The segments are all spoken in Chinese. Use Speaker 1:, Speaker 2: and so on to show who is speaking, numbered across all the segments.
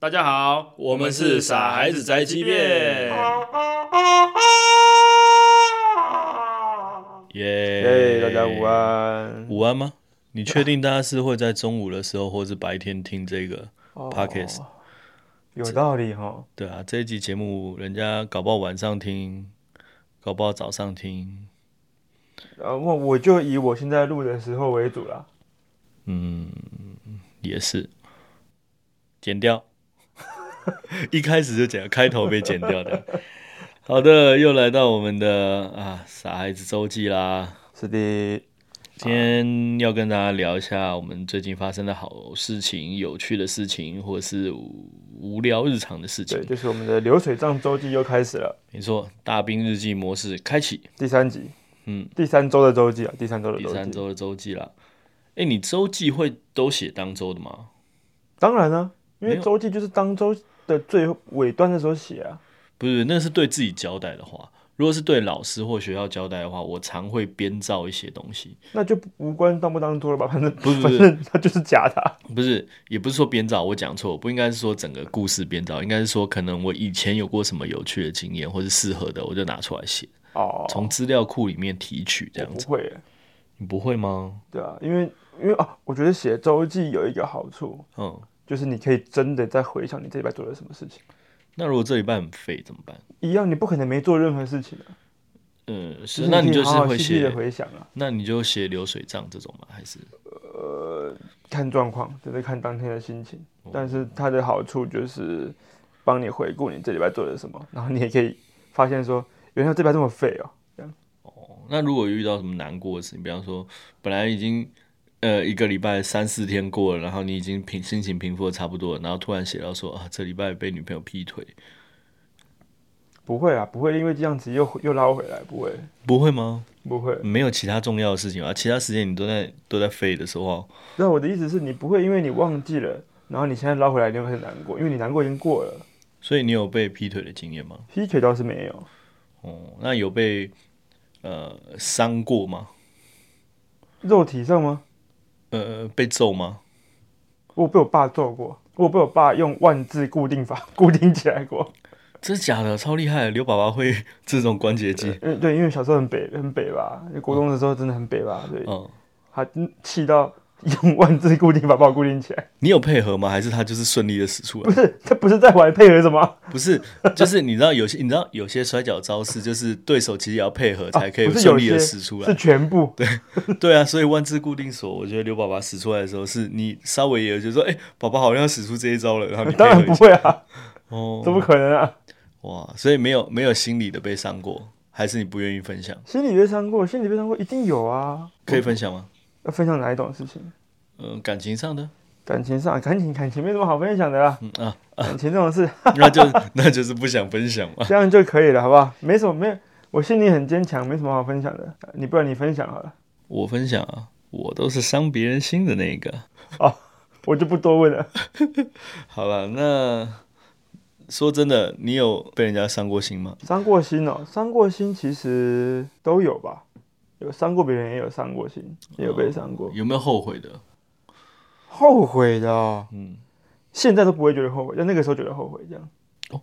Speaker 1: 大家好，我们是傻孩子宅急便，
Speaker 2: 耶，
Speaker 1: 耶、
Speaker 2: 哎大家午。安。
Speaker 1: 哎午安吗？你确定大家是会在中午的时候，或是白天听这个？
Speaker 2: 哦
Speaker 1: Podcast
Speaker 2: 有道理哈，
Speaker 1: 对啊，这一集节目人家搞不好晚上听，搞不好早上听，
Speaker 2: 然后呃我就以我现在录的时候为主啦。
Speaker 1: 嗯，也是，剪掉， 一开始就剪，开头被剪掉的。好的，又来到我们的啊傻孩子周记啦。
Speaker 2: 是的，
Speaker 1: 今天要跟大家聊一下我们最近发生的好事情、有趣的事情，或是无无聊日常的事情
Speaker 2: 对，。就是我们的流水账周记又开始了，
Speaker 1: 没错，大兵日记模式开启，
Speaker 2: 第三集，
Speaker 1: 嗯，
Speaker 2: 第三周的周记啊，第三周的
Speaker 1: 第
Speaker 2: 周
Speaker 1: 三
Speaker 2: 记。
Speaker 1: 周的周记啦。哎、你周记会都写当周的吗？
Speaker 2: 当然啊，因
Speaker 1: 没
Speaker 2: 为
Speaker 1: 有
Speaker 2: 周记就是当周的最尾端的时候写啊。
Speaker 1: 不是，那是对自己交代的话。如果是对老师或学校交代的话，我常会编造一些东西。
Speaker 2: 那就不无关当不当多了吧，反正
Speaker 1: 不是不
Speaker 2: 反
Speaker 1: 是
Speaker 2: 正它就是假的啊、
Speaker 1: 不是，也不是说编造，我讲错，不应该是说整个故事编造，应该是说可能我以前有过什么有趣的经验，或是适合的，我就拿出来写。
Speaker 2: 哦，
Speaker 1: 从资料库里面提取这
Speaker 2: 我
Speaker 1: 样
Speaker 2: 不
Speaker 1: 子，
Speaker 2: 会耶，
Speaker 1: 你不会吗？
Speaker 2: 对啊，因为因为啊，我觉得写周记有一个好处，
Speaker 1: 嗯，
Speaker 2: 就是你可以真的再回想你这礼拜做了什么事情。
Speaker 1: 那如果这礼拜很废怎么办？
Speaker 2: 一样，你不可能没做任何事情啊。
Speaker 1: 嗯，，
Speaker 2: 就是是
Speaker 1: 那
Speaker 2: 你可
Speaker 1: 你
Speaker 2: 以
Speaker 1: 就
Speaker 2: 好
Speaker 1: 是
Speaker 2: 好
Speaker 1: 会
Speaker 2: 细细的
Speaker 1: 写，
Speaker 2: 回想啊，
Speaker 1: 那你就写流水账这种吗？还是
Speaker 2: 看状况，就是看当天的心情。
Speaker 1: 哦
Speaker 2: 但是它的好处就是帮你回顾你这礼拜做了什么，然后你也可以发现说，原来这礼拜这么废哦。
Speaker 1: 哦？那如果遇到什么难过的事情，比方说本来已经呃一个礼拜三四天过了，然后你已经平心情平复的差不多了，然后突然写到说啊这礼拜被女朋友劈腿，
Speaker 2: 不会啊，不会因为这样子又又拉回来，不会，
Speaker 1: 不会吗？
Speaker 2: 不会。
Speaker 1: 没有其他重要的事情吗？其他时间你都在都在废的时候，啊
Speaker 2: 那我的意思是你不会因为你忘记了，然后你现在拉回来你又开始难过，因为你难过已经过了。
Speaker 1: 所以你有被劈腿的经验吗？
Speaker 2: 劈腿倒是没有，
Speaker 1: 哦，那有被呃伤过吗？
Speaker 2: 肉体上吗？
Speaker 1: 呃，被揍吗？
Speaker 2: 我被我爸揍过，我被我爸用万字固定法 固定起来过。
Speaker 1: 真的假的？超厉害的！刘爸爸会 这种关节技，
Speaker 2: 嗯，对，因为小时候很北很北吧，国中的时候真的很北吧，对，
Speaker 1: 嗯，
Speaker 2: 他气到用万字固定法把我固定起来。
Speaker 1: 你有配合吗？还是他就是顺利的使出
Speaker 2: 不
Speaker 1: 来？
Speaker 2: 是，他不是在玩配合什么啊？
Speaker 1: 不是，就是你知道有些你知道有些摔跤招式，就是对手其实也要配合才可以
Speaker 2: 哦不是
Speaker 1: 顺
Speaker 2: 有
Speaker 1: 利的
Speaker 2: 些
Speaker 1: 使出
Speaker 2: 是
Speaker 1: 来。
Speaker 2: 全部。对，
Speaker 1: 对啊，所以万字固定锁，我觉得刘爸爸使出来的时候，是你稍微也有觉得说，哎、宝宝好像要使出这一招了，然后你配
Speaker 2: 当然
Speaker 1: 合
Speaker 2: 不
Speaker 1: 一下。
Speaker 2: 会啊，怎
Speaker 1: 哦，
Speaker 2: 么可能啊？
Speaker 1: 哇，所以没有没有心理的被伤过，还是你不愿意分享？
Speaker 2: 心理被伤过，心理被伤过一定有啊。
Speaker 1: 可以分享吗？
Speaker 2: 要分享哪一种事情？
Speaker 1: 嗯、感情上的，
Speaker 2: 感情上，感情感情没什么好分享的啦，
Speaker 1: 嗯啊，
Speaker 2: 感情这种事
Speaker 1: 那就 那就是不想分享嘛。
Speaker 2: 这样就可以了，好不好？没什么，没有，我心里很坚强，没什么好分享的。你不然你分享好了，
Speaker 1: 我分享啊，我都是伤别人心的那一个。
Speaker 2: 我就不多问了。
Speaker 1: 好了，那说真的，你有被人家伤过心吗？
Speaker 2: 伤过心 哦，伤过心其实都有吧，有伤过别人，也有伤过心，也有被伤过。
Speaker 1: 有没有后悔的？
Speaker 2: 后悔的、哦，
Speaker 1: 嗯，
Speaker 2: 现在都不会觉得后悔，但那个时候觉得后悔，这样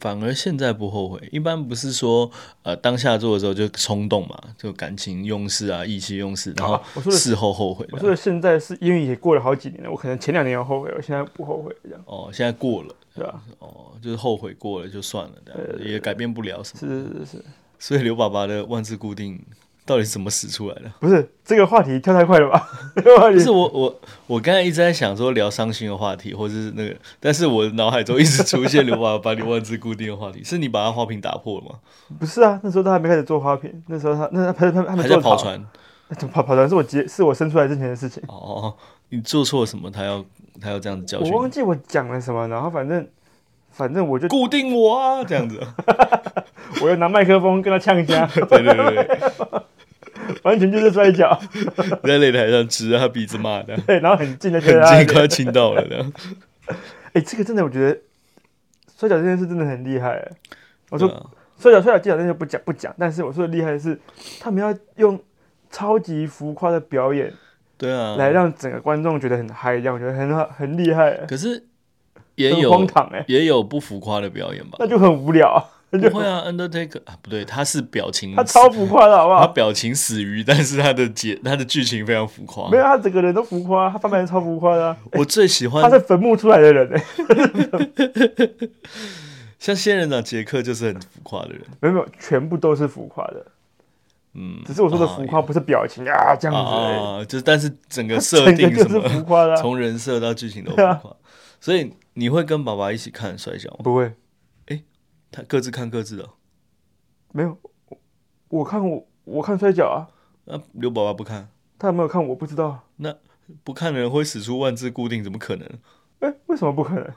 Speaker 1: 反而现在不后悔。一般不是说呃当下做的时候就冲动嘛，就感情用事啊，意气用事，然后
Speaker 2: 啊我说的是
Speaker 1: 事后后悔
Speaker 2: 我
Speaker 1: 的。
Speaker 2: 说的现在是因为也过了好几年了，我可能前两年有后悔，我现在不后悔，这样
Speaker 1: 哦，现在过了，
Speaker 2: 对吧？
Speaker 1: 哦，就是后悔过了就算了，这样子也改变不了什么。
Speaker 2: 是是是是，
Speaker 1: 所以刘爸爸的万字固定到底是怎么使出来的？
Speaker 2: 不是这个话题跳太快了吧？这个话
Speaker 1: 不是
Speaker 2: 题
Speaker 1: 我我我刚才一直在想说聊伤心的话题，或者是那个，但是我脑海中一直出现刘爸爸把你万字固定的话题，是你把他花瓶打破了吗？
Speaker 2: 不是啊？那时候他还没开始做花瓶，那时候他那他他他
Speaker 1: 还
Speaker 2: 们
Speaker 1: 在
Speaker 2: 做
Speaker 1: 跑
Speaker 2: 陶，
Speaker 1: 船？
Speaker 2: 跑跑船是我结是我生出来之前的事情。
Speaker 1: 哦哦，哦你做错了什么？他要他要这样子教
Speaker 2: 我
Speaker 1: 训
Speaker 2: 忘
Speaker 1: 你？
Speaker 2: 记我讲了什么，然后反正反正我就
Speaker 1: 固定我啊，这样子。
Speaker 2: 我又拿麦克风跟他呛一下，
Speaker 1: 对对对对，
Speaker 2: 完全就是摔跤，
Speaker 1: 在擂台上指着他鼻子骂的，
Speaker 2: 对，啊然后很近的觉
Speaker 1: 很
Speaker 2: 得他
Speaker 1: 近快要亲到了的。
Speaker 2: 哎、这个真的我觉得摔跤这件事真的很厉害。哎 我说
Speaker 1: 对啊
Speaker 2: 摔跤摔跤技巧那些不讲不讲，但是我说的厉害的是他们要用超级浮夸的表演
Speaker 1: 对啊，
Speaker 2: 来让整个观众觉得很嗨，这样我觉得很好很厉害。哎
Speaker 1: 可是也
Speaker 2: 很
Speaker 1: 有
Speaker 2: 荒唐哎、
Speaker 1: 也有不浮夸的表 演吧？
Speaker 2: 那就很无聊啊，那就
Speaker 1: 不会啊，Undertaker 啊，不对，他是表情，
Speaker 2: 他超浮夸的好不
Speaker 1: 他
Speaker 2: 好？
Speaker 1: 表情死鱼，但是他的解 他的剧情非常浮夸
Speaker 2: 没。有，他整个人都浮夸，他翻白眼超浮夸的啊、
Speaker 1: 我最喜欢
Speaker 2: 他是坟墓出来的人哎、
Speaker 1: 像仙人掌杰克就是很浮夸的人
Speaker 2: 没有没有，全部都是浮夸的，
Speaker 1: 嗯，
Speaker 2: 只是我说的
Speaker 1: 啊
Speaker 2: 浮夸不是表情啊这样
Speaker 1: 啊
Speaker 2: 子而已、
Speaker 1: 啊，啊就是但是整个设
Speaker 2: 整个
Speaker 1: 定
Speaker 2: 就
Speaker 1: 什
Speaker 2: 是浮
Speaker 1: 么，
Speaker 2: 夸的啊、
Speaker 1: 从人设到剧情都浮
Speaker 2: 对啊
Speaker 1: 夸，所以你会跟爸爸一起看摔跤吗？
Speaker 2: 不会，
Speaker 1: 他各自看各自的哦，
Speaker 2: 没有，我我看我我看摔跤啊，
Speaker 1: 那刘爸爸不看，
Speaker 2: 他有没有看我不知道，
Speaker 1: 不看的人会使出万字固定，怎么可能？
Speaker 2: 哎、为什么不可能？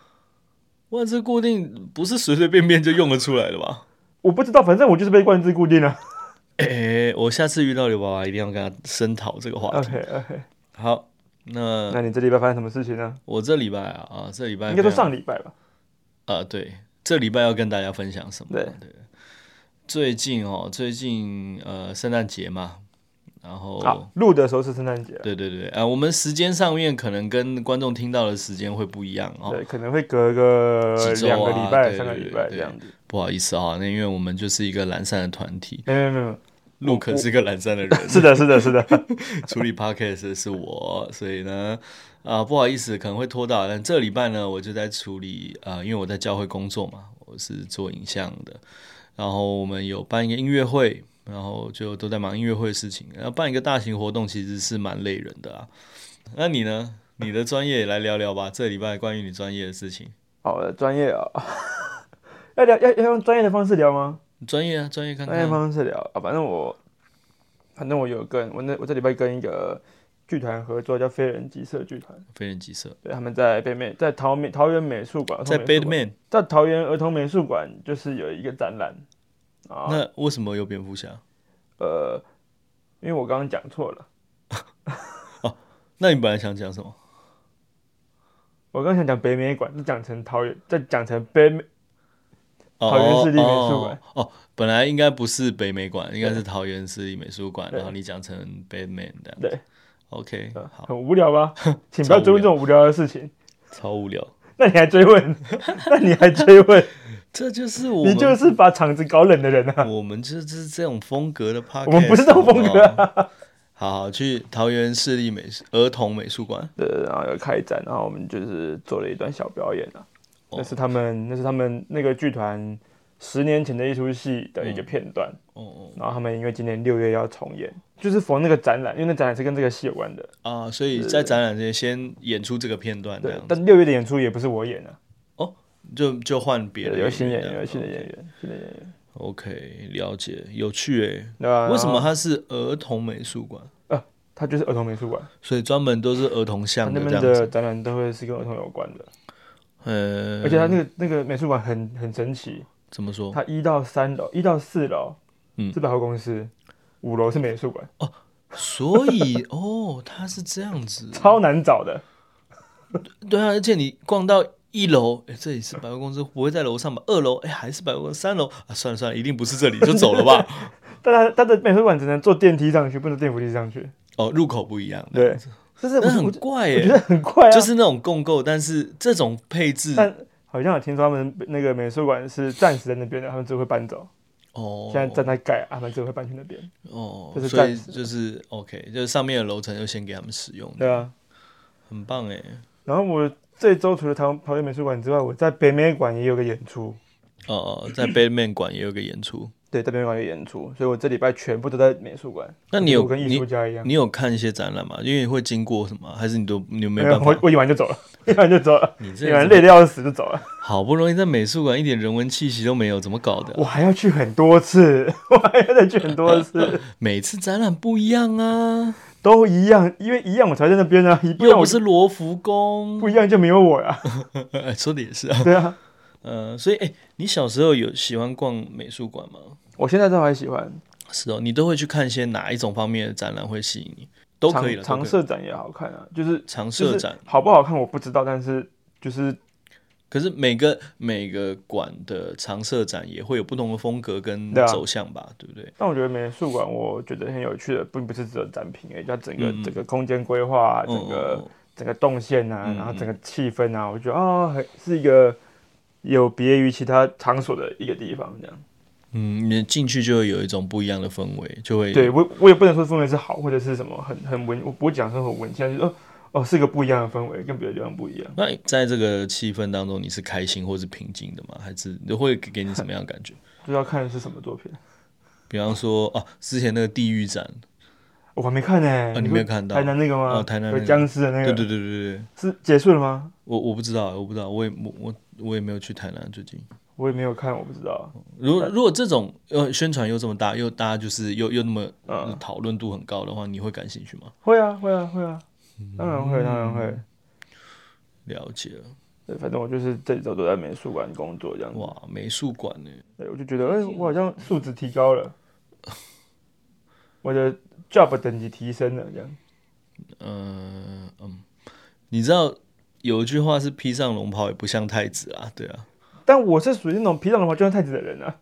Speaker 1: 万字固定不是随随便便就用得出来的吧？
Speaker 2: 我不知道，反正我就是被冠之固定了。
Speaker 1: 哎、我下次遇到刘爸爸一定要跟他声讨这个话题。
Speaker 2: OK OK，
Speaker 1: 好，那
Speaker 2: 那你这礼拜发生什么事情呢？
Speaker 1: 我这礼拜啊啊，这礼拜
Speaker 2: 应该说
Speaker 1: 非常
Speaker 2: 上礼拜吧。
Speaker 1: 啊，对，这礼拜要跟大家分享什么？
Speaker 2: 对
Speaker 1: 最近哦，最近呃，圣诞节嘛，然后、
Speaker 2: 啊，录的时候是圣诞节，
Speaker 1: 对对对，啊、我们时间上面可能跟观众听到的时间会不一样哦，
Speaker 2: 对，可能会隔个
Speaker 1: 几周啊
Speaker 2: 两个礼拜、
Speaker 1: 对
Speaker 2: 三个
Speaker 1: 对
Speaker 2: 礼拜
Speaker 1: 对
Speaker 2: 这样子。
Speaker 1: 不好意思啊、那因为我们就是一个懒散的团体，
Speaker 2: 没有没有没有，
Speaker 1: 陆可是个懒散的人，
Speaker 2: 是的，是的，是的。
Speaker 1: 处理 podcast 的是我，所以呢，啊、不好意思，可能会拖到，但这礼拜呢，我就在处理，啊，因为我在教会工作嘛，我是做影像的，然后我们有办一个音乐会，然后就都在忙音乐会的事情，然后办一个大型活动其实是蛮累人的啊。那你呢？你的专业也来聊聊吧，这礼拜关于你专业的事情，
Speaker 2: 好的，专业啊、 要聊要要用专业的方式聊吗？
Speaker 1: 专业啊，专业看
Speaker 2: 专业
Speaker 1: 看啊，
Speaker 2: 方式聊啊，反正我，反正我有跟我那我这礼拜跟一个剧团合作，叫飞人集社剧团，
Speaker 1: 非人即色，
Speaker 2: 对，他们在北美，在桃美桃园美术馆，儿童
Speaker 1: 在
Speaker 2: 美术
Speaker 1: Batman，
Speaker 2: 馆在桃园儿童美术馆就是有一个展览啊，
Speaker 1: 那为什么有蝙蝠侠？
Speaker 2: 呃，因为我刚刚讲错了，
Speaker 1: 那你本来想讲什么？
Speaker 2: 我刚刚想讲北美馆，就讲成桃园，再讲成北美，桃园市立美术馆
Speaker 1: 哦哦。哦，本来应该不是北美馆，应该是桃园市立美术馆，
Speaker 2: 对
Speaker 1: 然后你讲成 Batman 这样。
Speaker 2: 对，
Speaker 1: OK，
Speaker 2: 呃
Speaker 1: 好，
Speaker 2: 很无聊吧？请不要追问这种无聊的事情，
Speaker 1: 超无聊。
Speaker 2: 那你还追问？ 那你还追问？
Speaker 1: 这就是我
Speaker 2: 你
Speaker 1: 们，
Speaker 2: 就是把场子搞冷的人啊！
Speaker 1: 我们就是这种风格的 p a r
Speaker 2: 我们不是这种风格
Speaker 1: 好好，去桃园市立美术儿童美术馆。
Speaker 2: 对，然后有开展，然后我们就是做了一段小表演啊。
Speaker 1: 哦
Speaker 2: 那是他们，那是他们那个剧团十年前的一出戏的一个片段。
Speaker 1: 哦哦
Speaker 2: 然后他们因为今年六月要重演，就是逢那个展览，因为那展览是跟这个戏有关的。
Speaker 1: 啊，所以在展览之前先演出这个片段，这
Speaker 2: 对
Speaker 1: 样，
Speaker 2: 但六月的演出也不是我演啊，
Speaker 1: 就就换别的
Speaker 2: 有新演
Speaker 1: 这
Speaker 2: 员，
Speaker 1: 样
Speaker 2: 有新的演员，新的演员。
Speaker 1: OK，了解，有趣诶。
Speaker 2: 对吧？
Speaker 1: 为什么
Speaker 2: 然后
Speaker 1: 它是儿童美术馆？
Speaker 2: 他就是儿童美术馆，
Speaker 1: 所以专门都是儿童
Speaker 2: 他
Speaker 1: 向
Speaker 2: 那
Speaker 1: 的这
Speaker 2: 边
Speaker 1: 样子。
Speaker 2: 的展览都会是跟儿童有关的，
Speaker 1: 呃，
Speaker 2: 而且他那个那个美术馆很很神奇，
Speaker 1: 怎么说？
Speaker 2: 它一到三楼，一到四楼，
Speaker 1: 哦嗯
Speaker 2: 是百货公司，五楼是美术馆，
Speaker 1: 所以哦，他是这样 子。
Speaker 2: 超难找的。
Speaker 1: 对啊，而且你逛到一楼，哎，这里是百货公司，不会在楼上吧？二楼，哎，还是百货公司。三楼啊，算了算了，一定不是 这里，就走了吧。
Speaker 2: 但他他的美术馆只能坐电梯上去，不能电扶梯上去。
Speaker 1: 哦，入口不一样，
Speaker 2: 对，就是
Speaker 1: 那
Speaker 2: 我
Speaker 1: 很
Speaker 2: 我
Speaker 1: 怪
Speaker 2: 我觉
Speaker 1: 耶、
Speaker 2: 得很快啊，
Speaker 1: 就是那种共购，但是这种配置
Speaker 2: 但好像有听说他们那个美术馆是暂时在那边的，他们只会搬走。
Speaker 1: 哦，
Speaker 2: 现在正在盖，他们只会搬去那边。
Speaker 1: 哦
Speaker 2: 这，是
Speaker 1: 所
Speaker 2: 暂
Speaker 1: 以
Speaker 2: 时
Speaker 1: 就是 OK，就是上面的楼层就先给他们使用，
Speaker 2: 对啊，
Speaker 1: 很棒哎。
Speaker 2: 然后我这周除了桃桃园美术馆之外，我在北美馆也有个演出。
Speaker 1: 哦哦，在 Batman 馆也有个演出，
Speaker 2: 对，在北美馆有演出，所以我这礼拜全部都在美术馆。
Speaker 1: 那你有
Speaker 2: 我跟艺
Speaker 1: 你
Speaker 2: 术家一样？
Speaker 1: 你有看一些展览吗？因为会经过什么，还是你都你没办
Speaker 2: 有，
Speaker 1: 法？
Speaker 2: 我我演完就走了， 演完就走了。
Speaker 1: 你这
Speaker 2: 演
Speaker 1: 人
Speaker 2: 完
Speaker 1: 怎么
Speaker 2: 累得要死就走了，
Speaker 1: 好不容易在美术馆一点人文气息都没有，怎么搞的
Speaker 2: 我？还要去很多次， 我还要再去很多 次，
Speaker 1: 每次展览不一样啊，
Speaker 2: 都一样，因为一样我才在那边啊，一不
Speaker 1: 又
Speaker 2: 样
Speaker 1: 不
Speaker 2: 我
Speaker 1: 是罗浮宫
Speaker 2: 不。一样就没有我 呀、
Speaker 1: 说的也是啊，
Speaker 2: 对啊，
Speaker 1: 呃，所以哎、你小时候有喜欢逛美术馆吗？
Speaker 2: 我现在都还喜欢，
Speaker 1: 是哦，你都会去看些哪一种方面的展览会吸引你？都可以了，
Speaker 2: 长长
Speaker 1: 都可以
Speaker 2: 社展也好看啊，就是
Speaker 1: 长
Speaker 2: 就
Speaker 1: 设
Speaker 2: 是
Speaker 1: 展。
Speaker 2: 好不好看我不知道，但是就是
Speaker 1: 可是每个每个馆的长设展也会有不同的风格跟
Speaker 2: 对啊
Speaker 1: 走向吧，对不对？
Speaker 2: 但我觉得美术馆我觉得很有趣的，并不是只有展品而已，它整个、
Speaker 1: 嗯嗯
Speaker 2: 整个空间规划啊、整
Speaker 1: 哦
Speaker 2: 个
Speaker 1: 哦
Speaker 2: 整个动线啊，然后
Speaker 1: 嗯
Speaker 2: 整个气氛啊，我觉得哦，很是一个有别于其他场所的一个地方，这样。
Speaker 1: 嗯，你进去就会有一种不一样的氛围，就会
Speaker 2: 对我我也不能说氛围是好或者是什么很很文，我不会讲说很文，现在就是哦哦是个不一样的氛围，跟别的地方不一样。
Speaker 1: 那在这个气氛当中，你是开心或是平静的吗？还是会给给你什么样的感觉？
Speaker 2: 就要看是什么作品，
Speaker 1: 比方说，哦、之前那个地狱展，
Speaker 2: 我还没看呢、
Speaker 1: 啊，你没有看到？
Speaker 2: 台南那个吗？
Speaker 1: 哦台南那个
Speaker 2: 有僵尸的那
Speaker 1: 对
Speaker 2: 个，
Speaker 1: 对对对对，
Speaker 2: 是结束了吗？
Speaker 1: 我我不知道，我不知道，我也我我我也没有去台南最近。
Speaker 2: 我也没有看，我不知道。
Speaker 1: 如果如果这种呃宣传又这么大，又大家就是又又那么
Speaker 2: 嗯
Speaker 1: 讨论度很高的话，你会感兴趣吗？
Speaker 2: 会啊，会啊，会啊，
Speaker 1: 嗯
Speaker 2: 当然会，当然会。
Speaker 1: 了解了，
Speaker 2: 对，反正我就是这周都在美术馆工作这样子。
Speaker 1: 哇，美术馆呢？
Speaker 2: 对，我就觉得，哎、我好像素质提高了，我的 job 等级提升了这样。
Speaker 1: 嗯嗯，你知道有一句话是披上龙袍也不像太子啊，对啊，
Speaker 2: 但我是属于那种皮囊的话就像太子的人啊。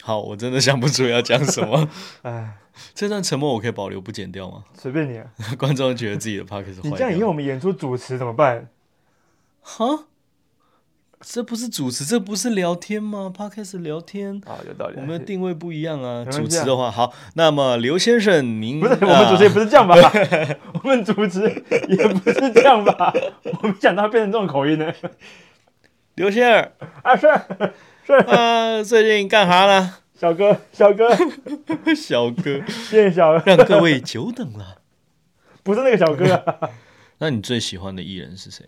Speaker 1: 好，我真的想不出要讲什 么。
Speaker 2: 哎，
Speaker 1: 这段沉默我可以保留不剪掉吗？
Speaker 2: 随便你啊，
Speaker 1: 观众觉得自己的 p o c k e t
Speaker 2: 你
Speaker 1: 坏
Speaker 2: 这样以
Speaker 1: 掉
Speaker 2: 后
Speaker 1: 了。
Speaker 2: 我们演出主持怎么办？
Speaker 1: 哈，这不是主持，这不是聊天吗 p o c k e t 聊天。
Speaker 2: 啊，有道理。
Speaker 1: 我们的定位不一样啊，
Speaker 2: 没
Speaker 1: 主
Speaker 2: 关系
Speaker 1: 持
Speaker 2: 啊
Speaker 1: 的话，好，那么刘先生，您
Speaker 2: 不是我
Speaker 1: 啊
Speaker 2: 们主持也不是这 样吧？我们主持也不是这样吧？我没想到变成这种口音呢。
Speaker 1: 刘先生，
Speaker 2: 啊，是
Speaker 1: 啊，最近干啥呢？
Speaker 2: 小哥，小哥
Speaker 1: 小哥，
Speaker 2: 变小了，
Speaker 1: 让各位久等了。
Speaker 2: 不是那个小哥、啊。
Speaker 1: 那你最喜欢的艺人是谁？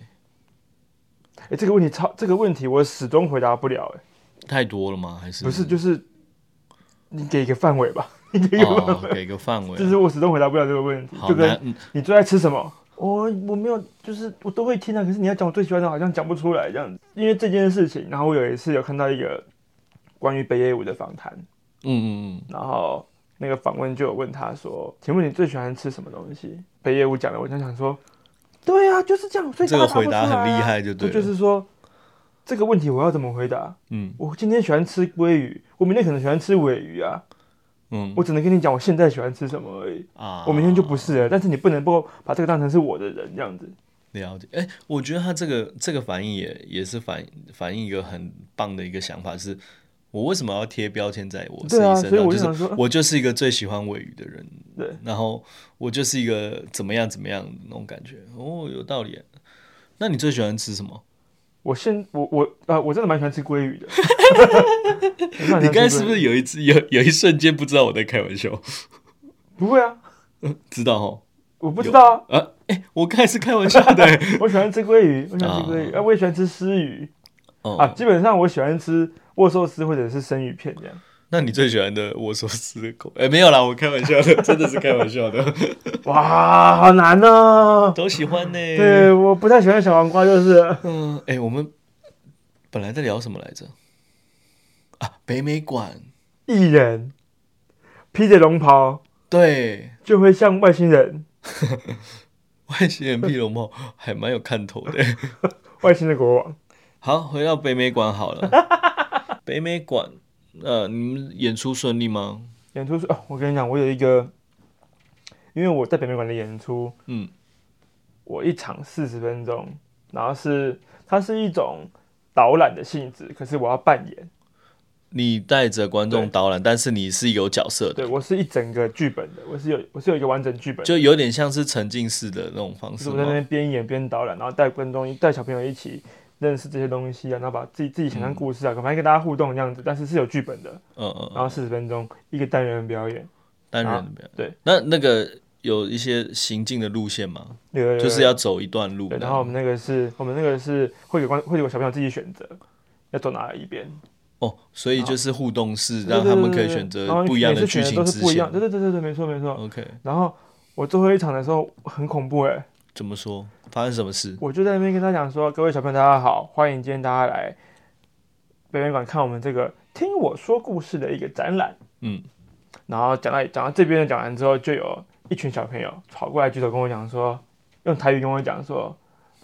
Speaker 2: 哎、这个问题超，这个问题我始终回答不了、哎，
Speaker 1: 太多了吗？还是
Speaker 2: 不是，就是你给一个范围吧，你给一个范围，
Speaker 1: 哦，给个范围
Speaker 2: 就。是我始终回答不了这个问题。
Speaker 1: 好嗯
Speaker 2: 就
Speaker 1: 难
Speaker 2: 跟，你最爱吃什么？我我没有，就是我都会听啊，可是你要讲我最喜欢的，好像讲不出来这样子。因为这件事情，然后我有一次有看到一个关于北野武的访谈，
Speaker 1: 嗯嗯嗯，
Speaker 2: 然后那个访问就有问他说：“请问你最喜欢吃什么东西？”北野武讲的，我就想说，对啊，就是这样，所以
Speaker 1: 这
Speaker 2: 大家
Speaker 1: 个
Speaker 2: 答不
Speaker 1: 回
Speaker 2: 出
Speaker 1: 答
Speaker 2: 来啊
Speaker 1: 很厉，害，就对
Speaker 2: 这
Speaker 1: 了。
Speaker 2: 就是说这个问题我要怎么回答？
Speaker 1: 嗯
Speaker 2: 我今天喜欢吃鲑鱼，我明天可能喜欢吃尾鱼啊，
Speaker 1: 嗯，
Speaker 2: 我只能跟你讲我现在喜欢吃什么而已，
Speaker 1: 啊，
Speaker 2: 我明天就不是了。但是你不能够把这个当成是我的人这样子。
Speaker 1: 了解，哎、我觉得他这个这个反应也也是反反映一个很棒的一个想法是，我为什么要贴标签在我自己
Speaker 2: 对啊
Speaker 1: 身
Speaker 2: 所以
Speaker 1: 上？
Speaker 2: 我
Speaker 1: 就
Speaker 2: 就想
Speaker 1: 是
Speaker 2: 说
Speaker 1: 我就是一个最喜欢尾鱼的人，
Speaker 2: 对，
Speaker 1: 然后我就是一个怎么样怎么样的那种感觉。哦，有道理。那你最喜欢吃什么？
Speaker 2: 我现我我啊、我真的蛮喜欢吃鲑鱼 的。我蛮喜欢吃
Speaker 1: 你刚才是不
Speaker 2: 鲑鱼
Speaker 1: 是有一次有有一瞬间不知道我在开玩笑？
Speaker 2: 不会啊？
Speaker 1: 知道哦。
Speaker 2: 我不知道啊，
Speaker 1: 啊，哎、我刚才是开玩笑的、欸
Speaker 2: 我喜欢吃鲑鱼，我喜欢吃鲑鱼，
Speaker 1: 啊
Speaker 2: 啊，我也喜欢吃丝鱼
Speaker 1: 哦、
Speaker 2: 啊。基本上我喜欢吃握寿司或者是生鱼片这样。
Speaker 1: 那你最喜欢的我所吃的口？哎、没有啦，我开玩笑的，真的是开玩笑的，
Speaker 2: 哇，好难哦。
Speaker 1: 都喜欢呢、
Speaker 2: 对，我不太喜欢小黄瓜，就是了
Speaker 1: 嗯，哎、我们本来在聊什么来着？啊，北美馆，
Speaker 2: 艺人披着龙袍
Speaker 1: 对，
Speaker 2: 就会像外星人、
Speaker 1: 外星人披龙帽还蛮有看头的。
Speaker 2: 外星的国王。
Speaker 1: 好，回到北美馆好了。北美馆，呃，你们演出顺利吗？
Speaker 2: 演出是哦，我跟你讲，我有一个，因为我在北美馆的演出，
Speaker 1: 嗯，
Speaker 2: 我一场四十分钟，然后是它是一种导览的性质，可是我要扮演，
Speaker 1: 你带着观众导览，但是你是有角色的，
Speaker 2: 对我是一整个剧本的，我是有我是有一个完整剧本的，
Speaker 1: 就有点像是沉浸式的那种方
Speaker 2: 就是
Speaker 1: 式
Speaker 2: 我在那
Speaker 1: 吗？
Speaker 2: 边边演边导览，然后带观众带小朋友一起认识这些东西啊，然后把自己自己想象故事啊，反正跟大家互动这样子，但是是有剧本的，
Speaker 1: 嗯嗯
Speaker 2: 然
Speaker 1: 嗯，
Speaker 2: 后四十分钟一个单元表演，
Speaker 1: 单人
Speaker 2: 啊
Speaker 1: 的表演
Speaker 2: 对，
Speaker 1: 那那个有一些行进的路线吗？
Speaker 2: 有有有
Speaker 1: 就是要走一段路
Speaker 2: 对，
Speaker 1: 的，
Speaker 2: 然后我们那个是我们那个是会给观会给小朋友自己选择要走哪一边，
Speaker 1: 哦，所以就是互动式，
Speaker 2: 啊对
Speaker 1: 让他们可以选择不一样
Speaker 2: 的
Speaker 1: 剧情嗯
Speaker 2: 都
Speaker 1: 支
Speaker 2: 是不一样，
Speaker 1: 线
Speaker 2: 对。对对对对，没错没错。
Speaker 1: OK，
Speaker 2: 然后我最后一场的时候很恐怖哎、
Speaker 1: 怎么说？发生什么事？
Speaker 2: 我就在那边跟他讲说，各位小朋友大家好，欢迎今天大家来北美馆看我们这个听我说故事的一个展览。
Speaker 1: 嗯，
Speaker 2: 然后讲到讲到这边的讲完之后，就有一群小朋友跑过来举手跟我讲说，用台语跟我讲说，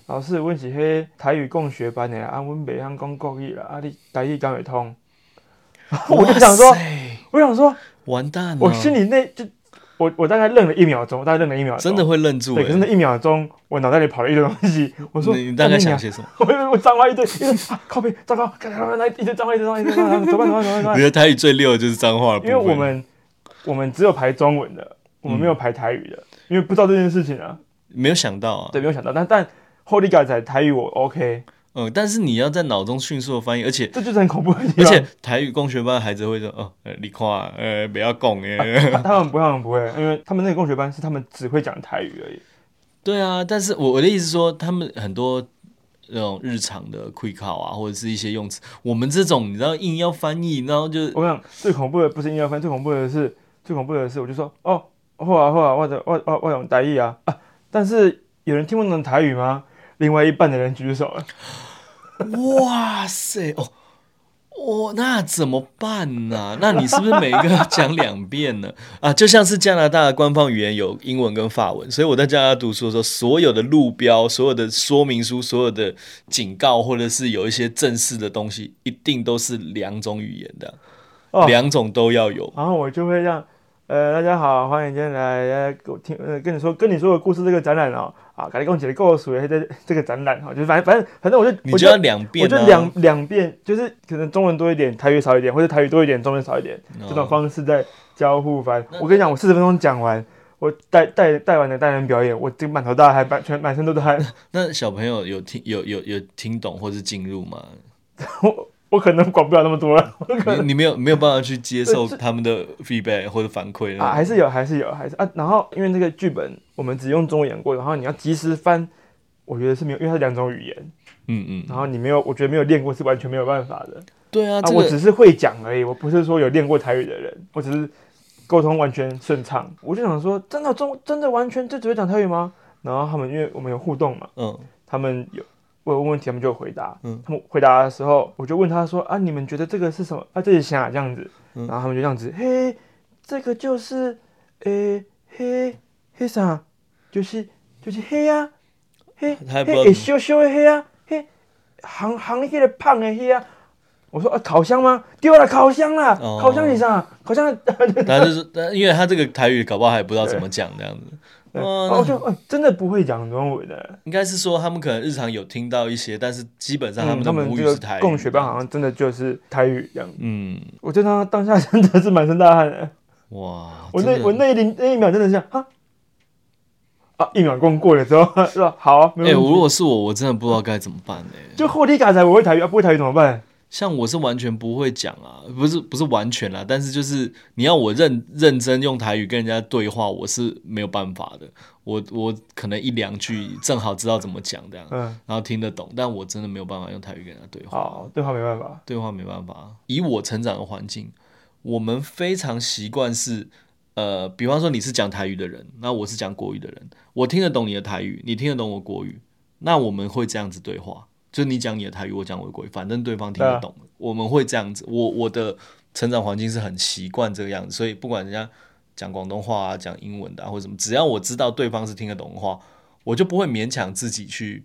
Speaker 2: 老师，阮是迄台语共学班的啊，啊，阮袂晓讲国语啦，啊，你台语讲会通？ 我就想说
Speaker 1: 哇，塞
Speaker 2: 我想说，
Speaker 1: 完蛋了，
Speaker 2: 我心里那就我我大概愣了一秒钟，我大概愣了一秒钟，
Speaker 1: 真的会愣住、
Speaker 2: 对，
Speaker 1: 欸，
Speaker 2: 可是那一秒钟，我脑袋里跑了一堆东西，我说
Speaker 1: 你你大概想，
Speaker 2: 干
Speaker 1: 些什么？
Speaker 2: 你娘我我脏话一堆，一堆啊靠背，糟糕，干干来一堆脏话，一堆脏话，一堆脏话，走吧走吧走吧走吧
Speaker 1: 你，的台语最溜的就是脏话的部
Speaker 2: 因
Speaker 1: 分，
Speaker 2: 为我们我们只有排中文的，我们没
Speaker 1: 嗯
Speaker 2: 有排台语的，因为不知道这件事情啊，
Speaker 1: 没有想到啊，
Speaker 2: 对，没有想到，但但 Holy God 在台语我 OK，
Speaker 1: 嗯，但是你要在脑中迅速的翻译，而且
Speaker 2: 这就是很恐怖的地
Speaker 1: 而
Speaker 2: 方，
Speaker 1: 且台语共学班的孩子会说，哦，呃你看，呃，不要讲耶。
Speaker 2: 他们不会，他们不会，因为他们那个共学班是他们只会讲台语而已，
Speaker 1: 对啊，但是我我的意思是说，他们很多那种日常的 quick call 啊，或者是一些用词，我们这种你知道硬要翻译，然后就
Speaker 2: 我想最恐怖的不是音乐分，最恐怖的是最恐怖的是，我就说哦，后啊后啊，我的我我我用台语啊啊，但是有人听不懂台语吗？另外一半的人举手了，
Speaker 1: 哇塞哦。哦，那怎么办呢、那你是不是每一个讲两遍呢？ 啊，就像是加拿大的官方语言有英文跟法文，所以我在加拿大读书的时候，所有的路标、所有的说明书、所有的警告，或者是有一些正式的东西，一定都是两种语言的，
Speaker 2: 哦
Speaker 1: 两种都要有。
Speaker 2: 然后我就会让呃大家好，欢迎今天来来跟我听呃跟你说跟你说个故事这个展览哦啊，赶紧跟我解的故事，这这个展览哈、哦，就是反正反正反正我就
Speaker 1: 你
Speaker 2: 我
Speaker 1: 就要两遍、
Speaker 2: 我
Speaker 1: 啊，
Speaker 2: 就两两遍，就是可能中文多一点，台语少一点，或者台语多一点，中文少一点，
Speaker 1: 哦
Speaker 2: 这种方式在交互翻。我跟你讲，我四十分钟讲完，我带带带完的单人表演，我这个满头大汗，满全满身都是汗。
Speaker 1: 那小朋友有听有有有听懂或是进入吗？
Speaker 2: 我我可能管不了那么多了
Speaker 1: 你你没有没有办法去接受他们的 feedback 或者反馈
Speaker 2: 啊，
Speaker 1: 呢？
Speaker 2: 还是有，还是有，还是啊。然后因为那个剧本我们只用中文演过，然后你要及时翻，我觉得是没有，因为它是两种语言，
Speaker 1: 嗯嗯，
Speaker 2: 然后你没有，我觉得没有练过是完全没有办法的。
Speaker 1: 对啊，
Speaker 2: 啊，
Speaker 1: 这
Speaker 2: 我
Speaker 1: 个
Speaker 2: 只是会讲而已，我不是说有练过台语的人，我只是沟通完全顺畅。我就想说，真的中真的完全就只会讲台语吗？然后他们因为我们有互动嘛，
Speaker 1: 嗯
Speaker 2: 他们有我有问问题，他们就有回答。
Speaker 1: 嗯
Speaker 2: 他们回答的时候，我就问他说啊，你们觉得这个是什么？啊，这是啥？这样子，
Speaker 1: 嗯
Speaker 2: 然后他们就这样子，嘿，这个就是，诶、嘿，嘿啥？就是就是黑啊，嘿，
Speaker 1: 他
Speaker 2: 嘿，
Speaker 1: 还哎不知道
Speaker 2: 会羞羞的黑啊，嘿，行行迄个胖的黑啊。我说啊，烤箱吗？丢了烤箱啦，
Speaker 1: 哦
Speaker 2: 烤箱是啥？烤箱，呃
Speaker 1: 他就是，但因为他这个台语搞不好还不知道怎么讲这样子。哦
Speaker 2: 哦，我就、哎真的不会讲中文的。
Speaker 1: 应该是说他们可能日常有听到一些，但是基本上他
Speaker 2: 嗯
Speaker 1: 们
Speaker 2: 他
Speaker 1: 的
Speaker 2: 们
Speaker 1: 母
Speaker 2: 这
Speaker 1: 语是台
Speaker 2: 个
Speaker 1: 语。
Speaker 2: 共学班好像真的就是台语这样子
Speaker 1: 嗯，
Speaker 2: 我对他当下真的是满身大汗的，
Speaker 1: 哇，
Speaker 2: 我
Speaker 1: 真
Speaker 2: 那
Speaker 1: 的
Speaker 2: 我那一零那一秒真的是啊啊，一秒功过了之后 是吧？好啊，没
Speaker 1: 哎、
Speaker 2: 有
Speaker 1: 我
Speaker 2: 问
Speaker 1: 如
Speaker 2: 题。
Speaker 1: 果是我，我真的不知道该怎么办哎、
Speaker 2: 就后天嘎才我会台语，啊不会台语怎么办？
Speaker 1: 像我是完全不会讲啊，不是不是完全啦，但是就是你要我认认真用台语跟人家对话，我是没有办法的。我我可能一两句正好知道怎么讲这样，
Speaker 2: 嗯，
Speaker 1: 然后听得懂，但我真的没有办法用台语跟人家对话。
Speaker 2: 好，对话没办法。
Speaker 1: 对话没办法。以我成长的环境，我们非常习惯是，呃，比方说你是讲台语的人，那我是讲国语的人，我听得懂你的台语，你听得懂我国语，那我们会这样子对话，就你讲你的台语，我讲我的国语，反正对方听
Speaker 2: 对
Speaker 1: 得
Speaker 2: 啊
Speaker 1: 懂，我们会这样子。我我的成长环境是很习惯这个样子，所以不管人家讲广东话啊、讲英文的、啊、或者什么，只要我知道对方是听得懂的话，我就不会勉强自己去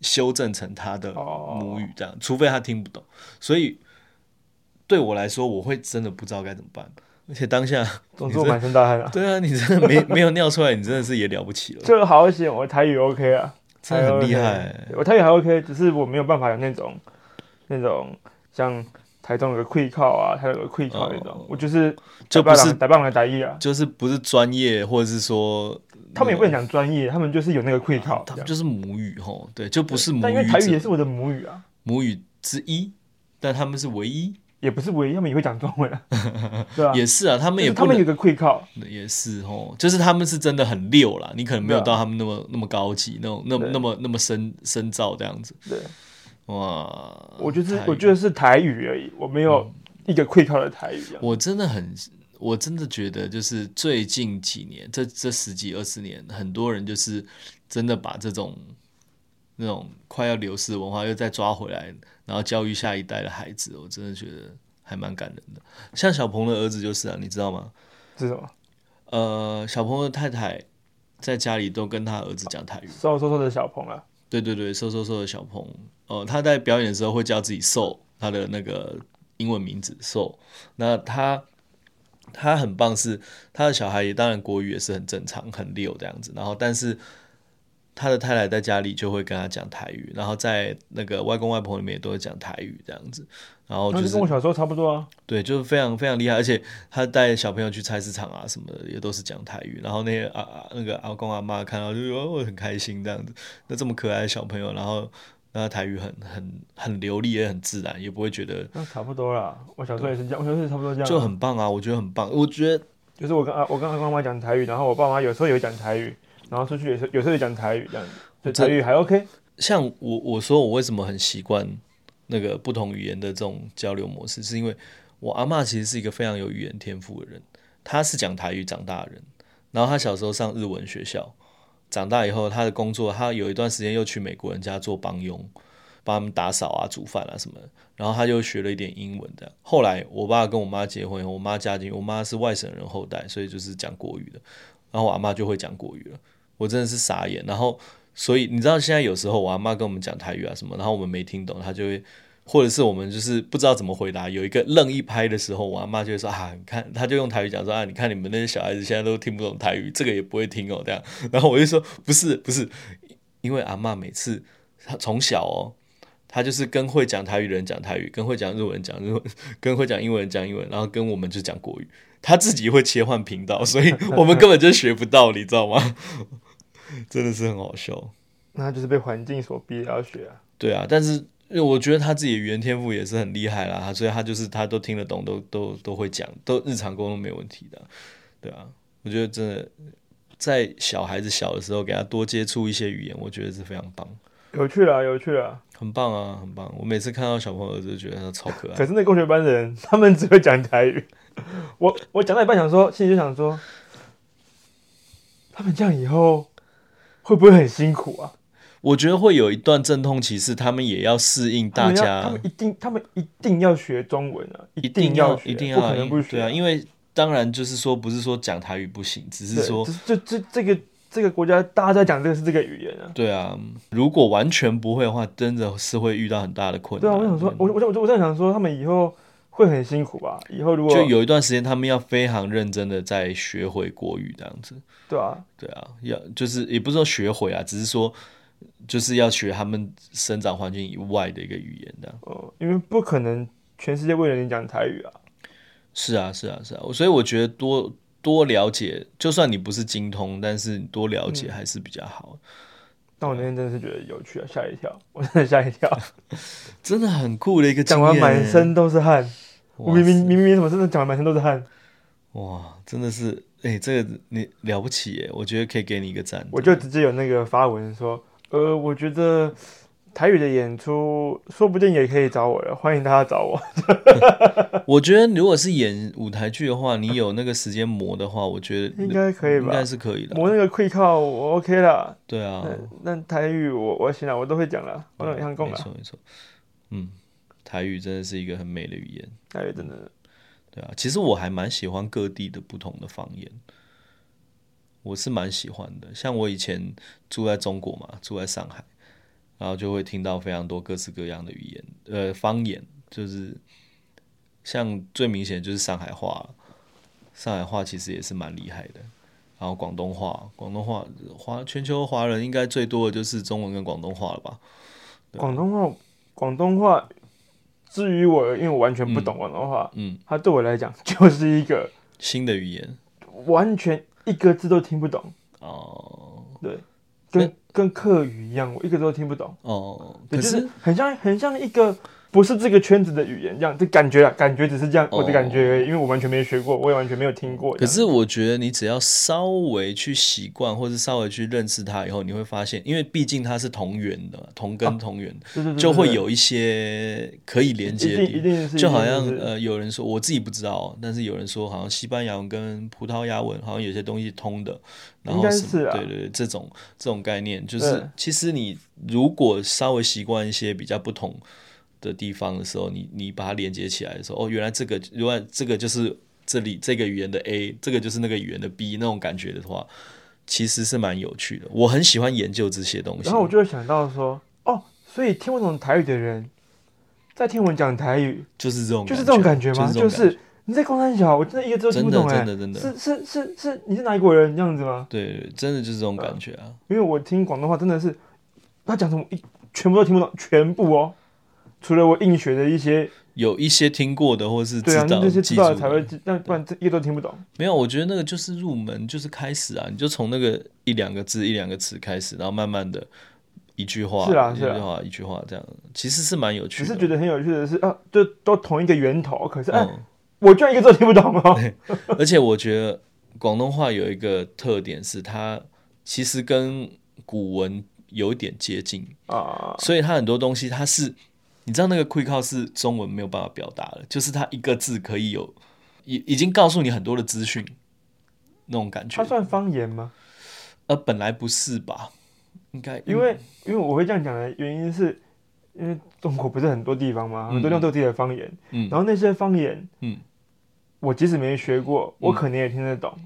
Speaker 1: 修正成他的
Speaker 2: 哦
Speaker 1: 母语这样，除非他听不懂。所以对我来说，我会真的不知道该怎么办。而且当下，
Speaker 2: 总之我满身大汗啊，
Speaker 1: 对啊，你真 的没没有尿出来，你真的是也了不起了，
Speaker 2: 就好险我台语 OK 啊，
Speaker 1: 真的很厉
Speaker 2: 还
Speaker 1: 害
Speaker 2: OK
Speaker 1: 欸、
Speaker 2: 我台语还 OK，只是我没有办法有那种那种像台中有个溃靠啊，台中有个溃靠那种，
Speaker 1: 哦
Speaker 2: 我就是
Speaker 1: 就不
Speaker 2: 打棒
Speaker 1: 是
Speaker 2: 打棒来打一啊，
Speaker 1: 就是不是专业，或者是说
Speaker 2: 他们也不能
Speaker 1: 那
Speaker 2: 讲专业，他们就是有那个溃靠
Speaker 1: 种，，他们就是母语吼，对，就不是母
Speaker 2: 但因为
Speaker 1: 语
Speaker 2: 台语也
Speaker 1: 者
Speaker 2: 是我的母语啊。
Speaker 1: 母语之一，但他们是唯一，
Speaker 2: 也不是唯一，他们也会讲中文啊， 对吧、啊？
Speaker 1: 也是啊，他们
Speaker 2: 就
Speaker 1: 也
Speaker 2: 是他
Speaker 1: 不
Speaker 2: 们有
Speaker 1: 能
Speaker 2: 个会靠，
Speaker 1: 也是哦，就是他们是真的很溜啦，你可能没有
Speaker 2: 对啊
Speaker 1: 到他们那么那么高级，那种那么
Speaker 2: 对
Speaker 1: 那么那么深深造这样子，
Speaker 2: 对
Speaker 1: 哇，
Speaker 2: 我就是
Speaker 1: 台语
Speaker 2: 我觉得是哦台嗯语而已，我没有一个会靠的台语啊。
Speaker 1: 我真的很，我真的觉得就是最近几年，这这十几二十年，很多人就是真的把这种那种快要流失的文化又再抓回来，然后教育下一代的孩子，我真的觉得还蛮感人的。像小鹏的儿子就是啊，你知道吗？
Speaker 2: 是什么？
Speaker 1: 呃，小鹏的太太在家里都跟他儿子讲台语。
Speaker 2: 瘦瘦瘦的小鹏啊，
Speaker 1: 对对对，瘦瘦瘦的小鹏，呃，他在表演的时候会叫自己瘦他的那个英文名字 So，那他他很棒是，他的小孩也当然国语也是很正常很溜这样子，然后但是他的太太在家里就会跟他讲台语，然后在那个外公外婆里面也都会讲台语这样子，然后
Speaker 2: 那
Speaker 1: 就
Speaker 2: 哦就是跟我小时候差不多啊。
Speaker 1: 对，就是非常非常厉害，而且他带小朋友去菜市场啊什么的，也都是讲台语。然后那些啊啊那个阿公阿妈看到就说哦很开心这样子。那这么可爱的小朋友，然后那台语很很很流利，也很自然，也不会觉得
Speaker 2: 那差不多啦，我小时候也是这样，我小时候也差不多这样啊，
Speaker 1: 就很棒啊。我觉得很棒，我觉得
Speaker 2: 就是我跟啊，我跟阿公阿妈讲台语，然后我爸妈有时候也会讲台语，然后出去有时候有时候也讲台语这样子，所以台
Speaker 1: 这
Speaker 2: 语还 OK。
Speaker 1: 像我我说我为什么很习惯那个不同语言的这种交流模式，是因为我阿嬷其实是一个非常有语言天赋的人，她是讲台语长大的人，然后她小时候上日文学校，长大以后她的工作，她有一段时间又去美国人家做帮佣，帮他们打扫啊、煮饭啊什么的，然后她就学了一点英文这样。后来我爸跟我妈结婚以后，我妈家境，我妈是外省人后代，所以就是讲国语的，然后我阿嬷就会讲国语了，我真的是傻眼，然后。所以你知道现在有时候我阿妈跟我们讲台语啊什么，然后我们没听懂，她就会，或者是我们就是不知道怎么回答，有一个愣一拍的时候，我阿妈就会说啊，你看，她就用台语讲说啊，你看你们那些小孩子现在都听不懂台语，这个也不会听哦，这样。然后我就说不是不是，因为阿妈每次她从小哦。她就是跟会讲台语的人讲台语，跟会讲日文讲日文，跟会讲英文人讲英文，然后跟我们就讲国语。她自己会切换频道，所以我们根本就学不到，你知道吗？ 真的是很好笑。
Speaker 2: 那就是被环境所逼的要学啊。
Speaker 1: 对啊，但是因为我觉得他自己的语言天赋也是很厉害啦，所以他就是他都听得懂，都都都会讲，都日常沟通没问题的，对啊，我觉得真的在小孩子小的时候给他多接触一些语言，我觉得是非常棒，
Speaker 2: 有趣啦，有趣啦。
Speaker 1: 很棒啊，很棒！我每次看到小朋友就觉得他超可爱，
Speaker 2: 可是那工学班的人， 他们只会讲台语。我我讲到一半想说，心里就想说，他们这样以后会不会很辛苦啊？
Speaker 1: 我觉得会有一段阵痛期是他们也要适应
Speaker 2: 他
Speaker 1: 大
Speaker 2: 们要
Speaker 1: 家，
Speaker 2: 他们一定，他们一定要学中文啊，
Speaker 1: 一
Speaker 2: 定
Speaker 1: 要
Speaker 2: 学，
Speaker 1: 一定
Speaker 2: 不
Speaker 1: 要
Speaker 2: 可能不学
Speaker 1: 对啊，因为当然就是说不是说讲台语不行，只是
Speaker 2: 对
Speaker 1: 说
Speaker 2: 这这这这个这个国家大家在讲这个是这个语言啊。
Speaker 1: 对啊，如果完全不会的话，真的是会遇到很大的困
Speaker 2: 对
Speaker 1: 难。
Speaker 2: 啊，我想说，我我我我在想说，他们以后会很辛苦吧？以后如果
Speaker 1: 就有一段时间，他们要非常认真的在学回国语这样子。
Speaker 2: 对啊，
Speaker 1: 对啊，要就是也不是说学会啊，只是说就是要学他们生长环境以外的一个语言这样。
Speaker 2: 呃，因为不可能全世界为了你讲台语啊。
Speaker 1: 是啊，是啊，是啊。我所以我觉得多多了解，就算你不是精通，但是你多了
Speaker 2: 嗯
Speaker 1: 解还是比较好。
Speaker 2: 但我那天真的是觉得有趣啊，吓一跳，我真的吓一跳，
Speaker 1: 真的很酷的一个经
Speaker 2: 讲
Speaker 1: 验
Speaker 2: 完
Speaker 1: 欸
Speaker 2: 满身都是汗，我
Speaker 1: 哇
Speaker 2: 明明明明没什么事，真的讲完满身都是汗，
Speaker 1: 哇，真的是哎、这个你了不起耶！我觉得可以给你一个赞。
Speaker 2: 我就直接有那个发文说，呃，我觉得台语的演出说不定也可以找我了，欢迎大家找我。
Speaker 1: 我觉得如果是演舞台剧的话，你有那个时间磨的话，我觉得
Speaker 2: 应该可以吧
Speaker 1: 应该是可以的。
Speaker 2: 我那个会靠我 OK 啦，
Speaker 1: 对啊，
Speaker 2: 那那台语我我行了，我都会讲了，我很想啊讲
Speaker 1: 哦没
Speaker 2: 了，
Speaker 1: 错没错，嗯，台语真的是一个很美的语言，
Speaker 2: 台语真的
Speaker 1: 对啊。其实我还蛮喜欢各地的不同的方言，我是蛮喜欢的。像我以前住在中国嘛，住在上海，然后就会听到非常多各式各样的语言，呃，方言就是像最明显就是上海话，上海话其实也是蛮厉害的。然后广东话，广东话华全球华人应该最多的就是中文跟广东话了吧？嗯
Speaker 2: 广东话，广东话，至于我，因为我完全不懂广东话，
Speaker 1: 嗯，
Speaker 2: 它对我来讲就是一个
Speaker 1: 新的语言
Speaker 2: 完全一个字都听不懂，
Speaker 1: 哦
Speaker 2: 对，跟跟客语一样，我一个字都听不懂，
Speaker 1: 哦，
Speaker 2: 对，就
Speaker 1: 可
Speaker 2: 是是很像很像一个不是这个圈子的语言这样，这感觉啊，感觉只是这样，
Speaker 1: 哦
Speaker 2: 我的感觉而已，因为我完全没学过，我也完全没有听过，
Speaker 1: 可是我觉得你只要稍微去习惯，或是稍微去认识它以后，你会发现，因为毕竟它是同源的，同根同源，
Speaker 2: 这哦样对对对对
Speaker 1: 就会有一些可以连
Speaker 2: 对
Speaker 1: 接
Speaker 2: 一定
Speaker 1: 的
Speaker 2: 一
Speaker 1: 地方。
Speaker 2: 定是
Speaker 1: 就好像
Speaker 2: 一定是
Speaker 1: 呃，有人说我自己不知道哦，但是有人说好像西班牙文跟葡萄牙文好像有些东西通的，然
Speaker 2: 应
Speaker 1: 后
Speaker 2: 该
Speaker 1: 什么
Speaker 2: 是啊
Speaker 1: 对对对，这种这种概念，就
Speaker 2: 对
Speaker 1: 是其实你如果稍微习惯一些比较不同的地方的时候，你你把它连接起来的时候，哦，原来这个原来这个就是这里这个语言的 A，这个就是那个语言的 B 那种感觉的话，其实是蛮有趣的。我很喜欢研究这些东西。
Speaker 2: 然后我就会想到说，哦，所以听不懂台语的人，在听我们讲台语，
Speaker 1: 就是这种，
Speaker 2: 就是这种感觉吗？
Speaker 1: 就
Speaker 2: 就是
Speaker 1: 这种感
Speaker 2: 是你在公山小，我真的一个字都听不懂哎、
Speaker 1: 真的真的真
Speaker 2: 是是是是，你是哪一国人这样子吗？
Speaker 1: 对，真的就是这种
Speaker 2: 嗯
Speaker 1: 感觉啊。
Speaker 2: 因为我听广东话真的是，他讲什么一全部都听不懂，全部哦，除了我硬学的一些，
Speaker 1: 有一些听过的，或是知
Speaker 2: 对啊，
Speaker 1: 道、
Speaker 2: 那这些知
Speaker 1: 记住
Speaker 2: 道
Speaker 1: 的
Speaker 2: 的才会，记，但不然这一个都听不懂。
Speaker 1: 没有，我觉得那个就是入门，就是开始啊，你就从那个一两个字、一两个词开始，然后慢慢的一句话、
Speaker 2: 是啊
Speaker 1: 一
Speaker 2: 是
Speaker 1: 句
Speaker 2: 啊
Speaker 1: 话、一句话这样，其实是蛮有趣
Speaker 2: 只
Speaker 1: 的。
Speaker 2: 是觉得很有趣的是啊，就都同一个源头，可是哎、
Speaker 1: 嗯，
Speaker 2: 我居然一个字都听不懂 哦。
Speaker 1: 而且我觉得广东话有一个特点是，它其实跟古文有一点接近，
Speaker 2: 啊，
Speaker 1: 所以它很多东西它是，你知道那个 quick call 是中文没有办法表达的，就是它一个字可以有已已经告诉你很多的资讯，那种感觉
Speaker 2: 它。算方言吗？
Speaker 1: 呃，本来不是吧？应该嗯
Speaker 2: 因为因为我会这样讲的原因是，因为中国不是很多地方嘛，很多地方都有自己的方言，
Speaker 1: 嗯
Speaker 2: 然后那些方言，
Speaker 1: 嗯，
Speaker 2: 我即使没学过，我可能也听得懂，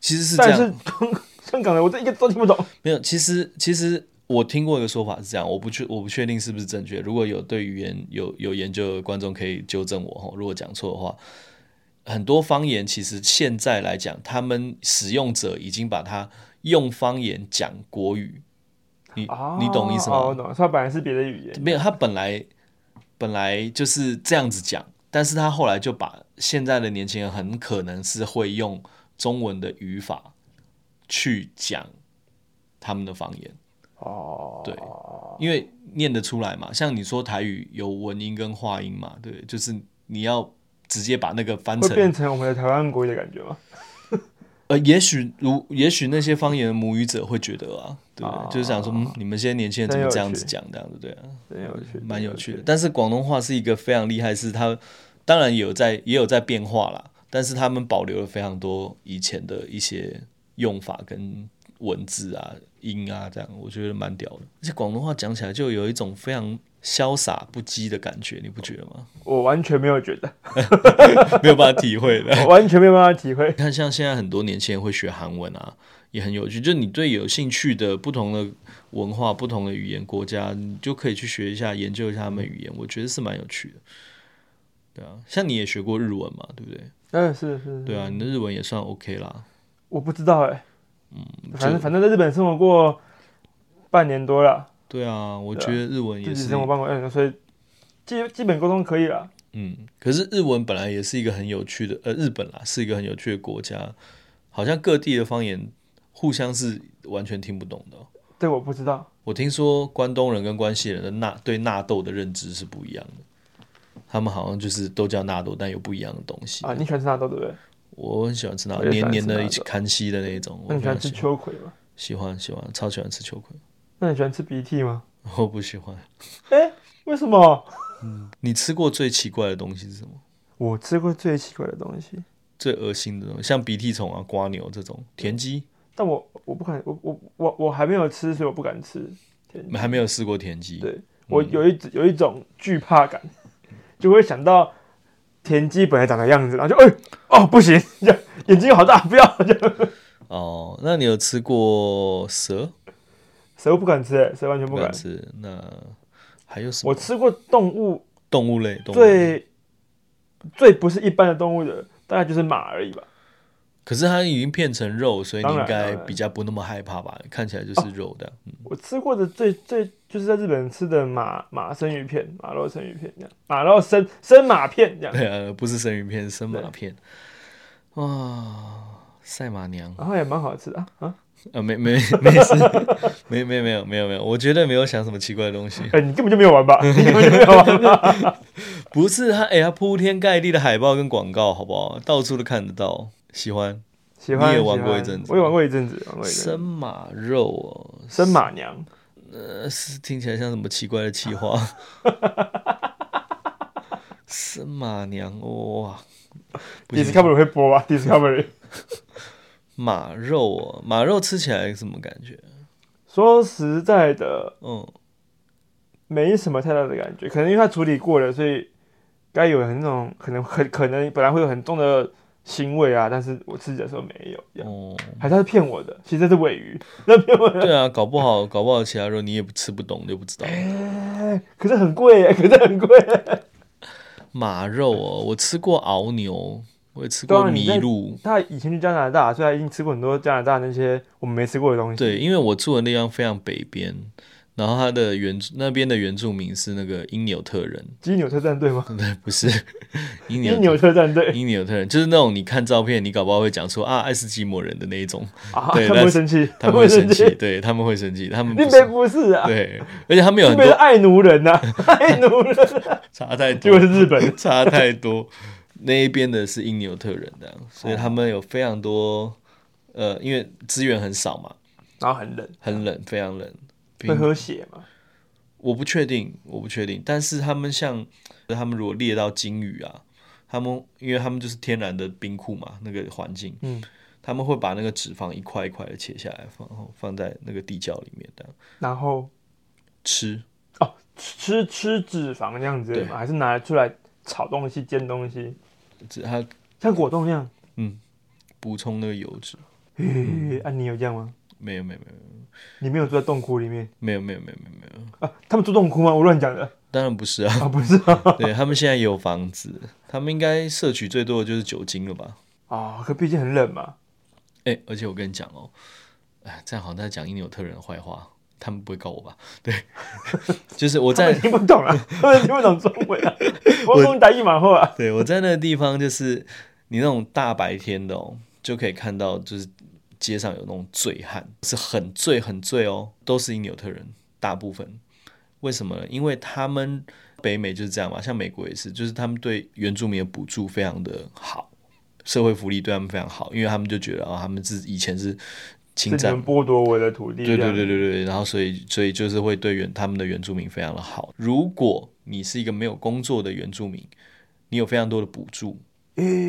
Speaker 1: 其实是这
Speaker 2: 但
Speaker 1: 样，
Speaker 2: 是中香港的我这一个字都听 不懂。
Speaker 1: 没有，其实其实我听过一个说法是这样，我不确我不确定是不是正确。如果有对语言有有研究的观众可以纠正我吼，如果讲错的话，很多方言其实现在来讲，他们使用者已经把它用方言讲国语，你、
Speaker 2: 啊，
Speaker 1: 你懂意思吗？
Speaker 2: 哦，我懂，它本来是别的语言，
Speaker 1: 没有，他本来本来就是这样子讲，但是他后来就把现在的年轻人很可能是会用中文的语法去讲他们的方言，
Speaker 2: 哦，
Speaker 1: 对因为念得出来嘛。像你说台语有文音跟化音嘛，对，就是你要直接把那个翻
Speaker 2: 会变
Speaker 1: 成，
Speaker 2: 成我们的台湾国语的感觉吗？
Speaker 1: 呃，也许如也许那些方言的母语者会觉得啊，对不对？
Speaker 2: 啊
Speaker 1: 就是想说，嗯，你们现在年轻人怎
Speaker 2: 真
Speaker 1: 么
Speaker 2: 有
Speaker 1: 这样子
Speaker 2: 趣
Speaker 1: 讲，这样子对啊。
Speaker 2: 真有趣，
Speaker 1: 蛮有趣的。但是广东话是一个非常厉害，是它当然也有在也有在变化啦，但是他们保留了非常多以前的一些用法跟文字啊、音啊，这样我觉得蛮屌的。而且广东话讲起来就有一种非常潇洒不羁的感觉，你不觉得吗？
Speaker 2: 我完全没有觉 得，
Speaker 1: 没有办法体会的。
Speaker 2: 我完全没有办法体会。
Speaker 1: 你看，像现在很多年轻人会学韩文啊，也很有趣。就你对有兴趣的不同的文化、不同的语言国家，你就可以去学一下、研究一下他们语言，我觉得是蛮有趣的。对啊，像你也学过日文嘛，对不对？
Speaker 2: 嗯，是是，
Speaker 1: 对啊，你的日文也算 OK 啦。
Speaker 2: 我不知道哎、嗯，反
Speaker 1: 就
Speaker 2: 正反正在日本生活过半年多了，
Speaker 1: 对啊，我
Speaker 2: 对啊
Speaker 1: 觉得日文
Speaker 2: 自
Speaker 1: 也
Speaker 2: 己
Speaker 1: 是，
Speaker 2: 生活半年多，所以基基本沟通可以了。
Speaker 1: 嗯，可是日文本来也是一个很有趣的，呃，日本啦是一个很有趣的国家，好像各地的方言互相是完全听不懂的哦、
Speaker 2: 对，我不知道，
Speaker 1: 我听说关东人跟关西人的纳对纳豆的认知是不一样的，他们好像就是都叫纳豆，但有不一样的东西。
Speaker 2: 啊，你喜欢吃纳豆对不对？
Speaker 1: 我很喜欢吃纳豆，
Speaker 2: 我也喜
Speaker 1: 黏
Speaker 2: 欢吃
Speaker 1: 黏
Speaker 2: 纳
Speaker 1: 的，
Speaker 2: 豆
Speaker 1: 一起看西的那一种。我
Speaker 2: 那你
Speaker 1: 非
Speaker 2: 喜欢
Speaker 1: 常
Speaker 2: 吃
Speaker 1: 喜
Speaker 2: 秋葵吗？
Speaker 1: 喜欢喜欢，超喜欢吃秋葵。
Speaker 2: 那你喜欢吃鼻涕吗？
Speaker 1: 我不喜欢。
Speaker 2: 哎、为什么？
Speaker 1: 你吃过最奇怪的东西是什么？
Speaker 2: 我吃过最奇怪的东西，
Speaker 1: 最恶心的东西，像鼻涕虫啊、瓜牛这种田鸡，
Speaker 2: 但我我不敢，我我我我还没有吃，所以我不敢吃。天
Speaker 1: 还没有试过田鸡。
Speaker 2: 对我
Speaker 1: 嗯
Speaker 2: 有一有一种惧怕感，就会想到田鸡本来长的样子，然后就哎、哦不行，这样眼睛好大，不要这样。
Speaker 1: 哦，那你有吃过蛇？
Speaker 2: 谁都不敢吃、欸，谁完全不
Speaker 1: 不
Speaker 2: 敢
Speaker 1: 敢。吃。那还有什
Speaker 2: 我
Speaker 1: 么
Speaker 2: 吃过动物
Speaker 1: 动物类？动物类
Speaker 2: 最最不是一般的动物的，大概就是马而已吧。
Speaker 1: 可是它已经变成肉，所以你
Speaker 2: 当
Speaker 1: 应
Speaker 2: 然
Speaker 1: 该
Speaker 2: 当然
Speaker 1: 比较不那么害怕吧？看起来就是肉的，嗯
Speaker 2: 我吃过的最最就是在日本吃的马马生鱼片、马肉生鱼片这样，马肉生生马片这样，
Speaker 1: 对啊，不是生鱼片，是生马片。哇，赛马娘，
Speaker 2: 然后也蛮好吃的啊啊！
Speaker 1: 呃，没 没没事，没没没有没有没有，我绝对没有想什么奇怪的东西。
Speaker 2: 哎、你根本就没有玩 吧？你根本就没有玩吧？
Speaker 1: 不是它，哎、呀，铺天盖地的海报跟广告，好不好？到处都看得到，喜欢
Speaker 2: 喜欢，
Speaker 1: 你也玩过
Speaker 2: 喜欢
Speaker 1: 一阵子
Speaker 2: 我也玩过一阵子，玩过一阵子。
Speaker 1: 生马肉哦，
Speaker 2: 生马娘，
Speaker 1: 呃，是听起来像什么奇怪的气话。生马娘哇，不行
Speaker 2: Discovery 会播吧？Discovery
Speaker 1: 马肉哦，马肉吃起来什么感觉？
Speaker 2: 说实在的，
Speaker 1: 嗯，
Speaker 2: 没什么太大的感觉，可能因为它处理过了，所以该有很那种可能很可能本来会有很重的腥味啊，但是我吃的时候没有，这样
Speaker 1: 哦，
Speaker 2: 还是他是骗我的，其实这是尾鱼，那骗我的。
Speaker 1: 对啊，搞不好搞不好其他肉你也不吃不懂，就不知道。
Speaker 2: 哎、哎，可是很贵 耶，可是很贵耶。
Speaker 1: 马肉哦，我吃过牦牛，我也吃
Speaker 2: 对
Speaker 1: 过
Speaker 2: 啊你在
Speaker 1: 麋鹿。
Speaker 2: 他以前去加拿大，所以他已经吃过很多加拿大那些我们没吃过的东西。
Speaker 1: 对，因为我住的地方非常北边，然后它的原那边的原住民是那个因纽特人，
Speaker 2: 基纽特战队吗？
Speaker 1: 对，不是因
Speaker 2: 基
Speaker 1: 纽
Speaker 2: 纽特战队
Speaker 1: 因纽特人，就是那种你看照片，你搞不好会讲说啊，爱斯基摩人的那一种，
Speaker 2: 啊，
Speaker 1: 对
Speaker 2: 他们
Speaker 1: 但
Speaker 2: 会
Speaker 1: 是
Speaker 2: 生气，
Speaker 1: 他们会生气，。对他们会生气，他们不
Speaker 2: 你
Speaker 1: 是
Speaker 2: 别不是啊，
Speaker 1: 对，而且他们有
Speaker 2: 你
Speaker 1: 很
Speaker 2: 别是
Speaker 1: 多
Speaker 2: 爱奴人呐、啊 爱奴人，
Speaker 1: 差太
Speaker 2: 结果
Speaker 1: 多，
Speaker 2: 是日本。
Speaker 1: 差太多。那一边的是因纽特人的，所以他们有非常多，呃，因为资源很少嘛，
Speaker 2: 然后很冷，
Speaker 1: 很冷，非常冷。
Speaker 2: 会
Speaker 1: 平
Speaker 2: 喝血嘛？
Speaker 1: 我不确定，我不确定。但是他们像他们如果猎到鲸鱼啊，他们因为他们就是天然的冰库嘛，那个环境，
Speaker 2: 嗯，
Speaker 1: 他们会把那个脂肪一块一块的切下来，放放在那个地窖里面这样
Speaker 2: 然后
Speaker 1: 吃。
Speaker 2: 哦，吃吃脂肪这样子
Speaker 1: 对
Speaker 2: 嘛，还是拿来出来炒东西、煎东西，
Speaker 1: 只它
Speaker 2: 像果冻那样。
Speaker 1: 补充那个油脂。
Speaker 2: 嘿
Speaker 1: 嗯
Speaker 2: 啊，你有这样吗？
Speaker 1: 没有没有没有
Speaker 2: 你没有住在洞窟里面
Speaker 1: 没有没有没有没有没有，
Speaker 2: 啊？他们住洞窟吗？我乱讲的
Speaker 1: 当然不是啊。
Speaker 2: 啊，不是啊。
Speaker 1: 对他们现在也有房子，他们应该摄取最多的就是酒精了吧？
Speaker 2: 啊，可毕竟很冷嘛。
Speaker 1: 哎、而且我跟你讲哦，哎，这样好像在讲因纽特人的坏话，他们不会告我吧？对， 就是我在
Speaker 2: 他们听不懂啊，他们听不懂中文 啊。我跟你打一马后啊，
Speaker 1: 对，我在那个地方，就是你那种大白天的哦，就可以看到，就是街上有那种醉汉，是很醉很醉哦，都是因纽特人，大部分。为什么呢？因为他们北美就是这样嘛，像美国也是，就是他们对原住民的补助非常的好，社会福利对他们非常好，因为他们就觉得啊、他们是以前是
Speaker 2: 是
Speaker 1: 侵
Speaker 2: 你
Speaker 1: 占
Speaker 2: 们剥夺我的土地。
Speaker 1: 对对对对。对，然后所以所以就是会对原他们的原住民非常的好。如果你是一个没有工作的原住民，你有非常多的补助，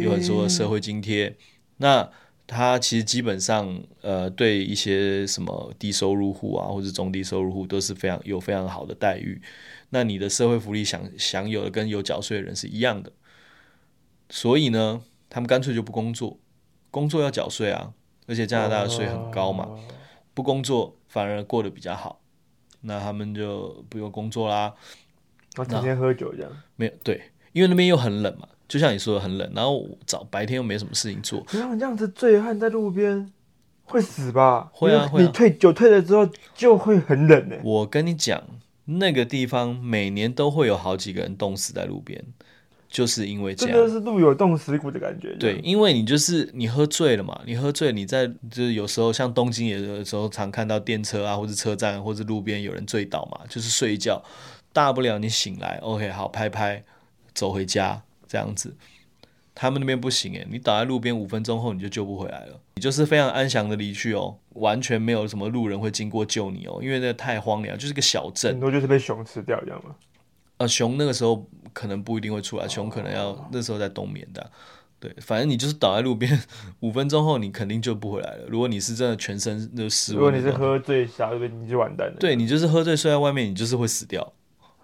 Speaker 1: 有很多的社会津贴，那他其实基本上呃对一些什么低收入户啊或者中低收入户都是非常有非常好的待遇。那你的社会福利享享有的跟有缴税的人是一样的，所以呢，他们干脆就不工作，工作要缴税啊，而且加拿大的税很高嘛。
Speaker 2: 哦
Speaker 1: 不工作反而过得比较好，那他们就不用工作啦。
Speaker 2: 然后整天喝酒这样。
Speaker 1: 没有对，因为那边又很冷嘛，就像你说的很冷，然后我早白天又没什么事情做，
Speaker 2: 不要这样子，醉汉在路边会死吧？
Speaker 1: 会啊
Speaker 2: 因为
Speaker 1: 会啊
Speaker 2: 你退酒退了之后就会很冷呢、
Speaker 1: 我跟你讲，那个地方每年都会有好几个人冻死在路边，就是因为这
Speaker 2: 真
Speaker 1: 样
Speaker 2: 的。是路有冻死骨的感觉。
Speaker 1: 对，，因为你就是你喝醉了嘛，你喝醉，你在就是有时候像东京也有时候常看到电车啊，或者车站或者路边有人醉倒嘛，就是睡一觉，大不了你醒来，OK，好拍拍，走回家这样子。他们那边不行诶，你倒在路边五分钟后你就救不回来了，你就是非常安详的离去哦，完全没有什么路人会经过救你哦，因为那太荒凉，就是个小镇
Speaker 2: 很，多就是被熊吃掉这样嘛。
Speaker 1: 呃，熊那个时候可能不一定会出来，熊可能
Speaker 2: 哦
Speaker 1: 要那时候在冬眠的啊、对，反正你就是倒在路边，五分钟后你肯定救不回来了。如果你是真的全身都湿
Speaker 2: 如果
Speaker 1: 温的
Speaker 2: 你
Speaker 1: 话，
Speaker 2: 是喝醉瞎了，你就完蛋了。
Speaker 1: 对你就是喝醉睡在外面，你就是会死掉。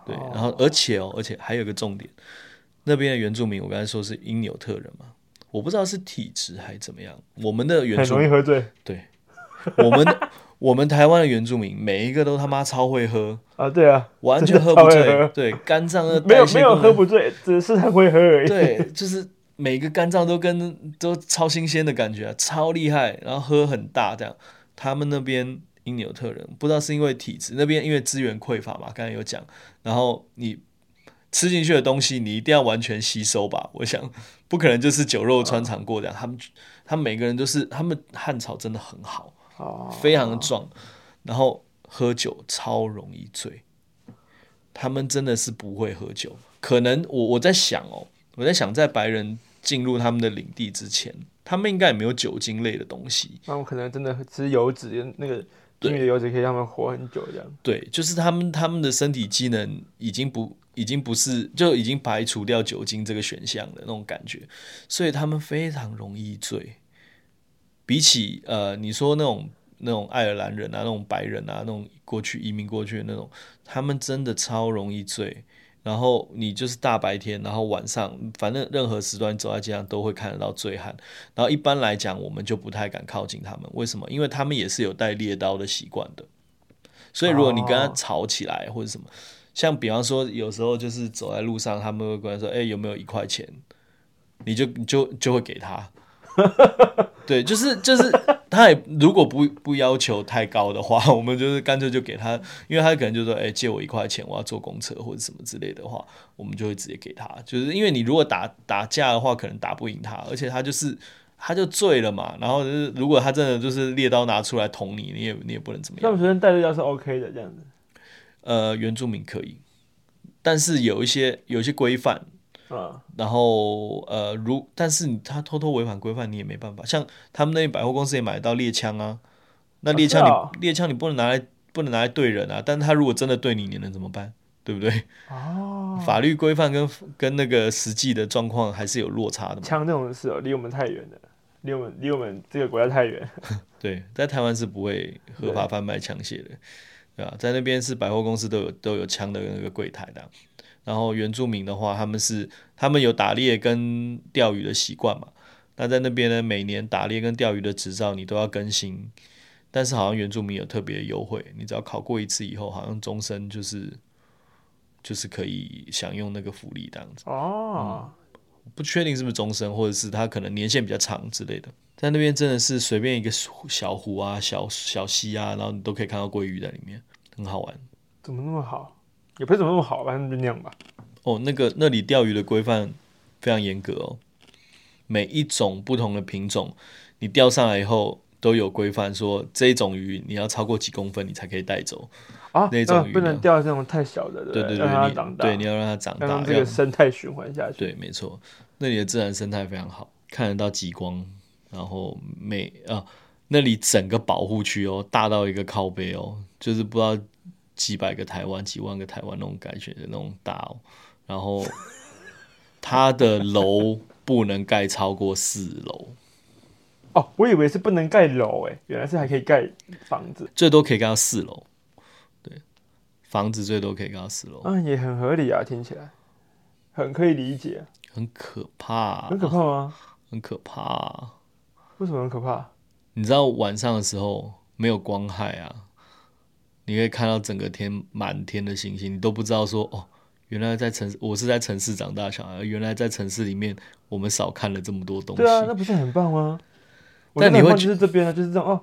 Speaker 1: 对，
Speaker 2: 哦
Speaker 1: 然后而且哦，而且还有一个重点，那边的原住民，我刚才说是因纽特人嘛，我不知道是体质还怎么样，我们的原
Speaker 2: 很
Speaker 1: 住
Speaker 2: 容易喝醉
Speaker 1: 对，我们的 我们台湾的原住民每一个都他妈超会喝，
Speaker 2: 啊！对啊，
Speaker 1: 完全喝
Speaker 2: 超
Speaker 1: 不
Speaker 2: 会
Speaker 1: 醉
Speaker 2: 喝，
Speaker 1: 对，肝脏的
Speaker 2: 没有
Speaker 1: 代谢
Speaker 2: 没有
Speaker 1: 功能
Speaker 2: 喝不醉，只是他会喝而已。
Speaker 1: 对，就是每个肝脏都跟都超新鲜的感觉、啊，超厉害，然后喝很大这样。他们那边因纽特人不知道是因为体质，那边因为资源匮乏嘛，刚才有讲，然后你吃进去的东西你一定要完全吸收吧，我想不可能就是酒肉穿肠过这样。他们他们每个人都是他们汉草真的很好，
Speaker 2: 哦，
Speaker 1: 非常的壮，然后喝酒超容易醉。他们真的是不会喝酒，可能我我在想哦，我在想在白人进入他们的领地之前，他们应该也没有酒精类的东西。
Speaker 2: 那我可能真的吃油脂，那个
Speaker 1: 对
Speaker 2: 精米的油脂可以让他们活很久这样。
Speaker 1: 对，就是他们他们的身体机能已经不已经不是就已经排除掉酒精这个选项的那种感觉，所以他们非常容易醉。比起呃，你说那种那种爱尔兰人啊，那种白人啊，那种过去移民过去的那种，他们真的超容易醉。然后你就是大白天，然后晚上，反正任何时段你走在街上都会看得到醉汉。然后一般来讲，我们就不太敢靠近他们，为什么？因为他们也是有带猎刀的习惯的。所以如果你跟他
Speaker 2: 哦
Speaker 1: 吵起来或者什么，像比方说，有时候就是走在路上，他们会过来说：“哎、有没有一块钱？”你就你就就会给他。对，就是就是，他也如果不不要求太高的话， 我们就是干脆就给他，因为他可能就说：“哎、借我一块钱，我要坐公车或者什么之类的话，我们就会直接给他。”就是因为你如果打打架的话，可能打不赢他，而且他就是。他就醉了嘛，然后就是如果他真的就是猎刀拿出来捅你，你也你也不能怎么样
Speaker 2: 那。我们学生戴绿帽是 OK 的这样子
Speaker 1: 呃，原住民可以，但是有一些有一些规范，
Speaker 2: 啊，
Speaker 1: 然后呃，如但是你他偷偷违反规范，你也没办法。像他们那百货公司也买得到猎枪啊，那
Speaker 2: 啊
Speaker 1: 猎
Speaker 2: 是
Speaker 1: 枪你、
Speaker 2: 啊
Speaker 1: 猎枪你不能拿来不能拿来对人啊，但是他如果真的对你，你能怎么办？对不对？
Speaker 2: 哦，
Speaker 1: 法律规范跟跟那个实际的状况还是有落差的嘛。
Speaker 2: 枪这种事哦，离我们太远了，离我们离我们这个国家太远。
Speaker 1: 对，在台湾是不会合法贩卖枪械的，对吧、在那边是百货公司都有都有枪的那个柜台的啊、然后原住民的话，他们是他们有打猎跟钓鱼的习惯嘛？那在那边呢，每年打猎跟钓鱼的执照你都要更新，但是好像原住民有特别的优惠，你只要考过一次以后，好像终身就是就是可以享用那个福利这样子。
Speaker 2: 哦，
Speaker 1: 不确定是不是终身，或者是他可能年限比较长之类的。在那边真的是随便一个湖小湖啊、小小溪啊，然后你都可以看到鲑鱼在里面，很好玩。
Speaker 2: 怎么那么好？也不是怎么那么好，反正就那样吧。
Speaker 1: 哦，那个那里钓鱼的规范非常严格哦，每一种不同的品种，你钓上来以后都有规范，说这一种鱼你要超过几公分你才可以带走。
Speaker 2: 啊，
Speaker 1: 那种
Speaker 2: 呃
Speaker 1: 鱼
Speaker 2: 不
Speaker 1: 呢
Speaker 2: 能钓这种太小的，
Speaker 1: 对
Speaker 2: 不
Speaker 1: 对
Speaker 2: 让它
Speaker 1: 对，
Speaker 2: 长
Speaker 1: 你
Speaker 2: 大，
Speaker 1: 对你要让它长
Speaker 2: 要
Speaker 1: 大，
Speaker 2: 让这个生态循环下去。
Speaker 1: 对，没错，那里的自然生态非常好，看得到极光，然后每啊那里整个保护区哦，大到一个靠背哦，就是不知道几百个台湾、几万个台湾那种感觉的那种大哦，然后它的楼不能盖超过四楼，
Speaker 2: 哦，我以为是不能盖楼诶，原来是还可以盖房子，
Speaker 1: 最多可以盖到四楼，对，房子最多可以盖到四楼，
Speaker 2: 啊，也很合理啊，听起来很可以理解，
Speaker 1: 很可怕
Speaker 2: 很，可怕吗？
Speaker 1: 很可怕。啊
Speaker 2: 为什么很可怕？
Speaker 1: 你知道晚上的时候没有光害啊，你可以看到整个天满天的星星，你都不知道说哦，原来在城市，我是在城市长大的小孩，原来在城市里面我们少看了这么多东西。
Speaker 2: 对啊，那不是很棒吗？我
Speaker 1: 但
Speaker 2: 觉得
Speaker 1: 你
Speaker 2: 很
Speaker 1: 会
Speaker 2: 棒
Speaker 1: 觉
Speaker 2: 就是这边啊，就是这种哦，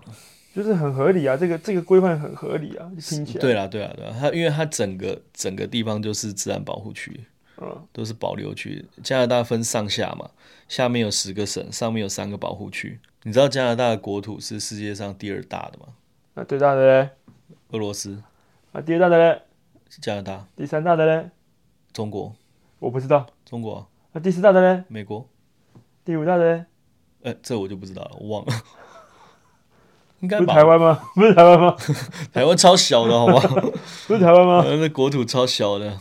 Speaker 2: 就是很合理啊，这个这个规范很合理啊，就听起来
Speaker 1: 对啦，对啦，对啦，它因为它整个整个地方就是自然保护区，
Speaker 2: 嗯，
Speaker 1: 都是保留区。加拿大分上下嘛，下面有十个省，上面有三个保护区。你知道加拿大的国土是世界上第二大的吗？
Speaker 2: 那最大的嘞，
Speaker 1: 俄罗斯、
Speaker 2: 啊，第二大的嘞，
Speaker 1: 加拿大、
Speaker 2: 第三大的嘞，
Speaker 1: 中国、
Speaker 2: 我不知道，
Speaker 1: 中国、
Speaker 2: 那第四大的嘞，
Speaker 1: 美国。
Speaker 2: 第五大的嘞，
Speaker 1: 呃，这我就不知道了，我忘了。 应该
Speaker 2: 不是
Speaker 1: 吧？
Speaker 2: 台湾吗？不是台湾吗？
Speaker 1: 台湾超小的，好 吗？
Speaker 2: 不是台湾吗？
Speaker 1: 呃那国土超小的。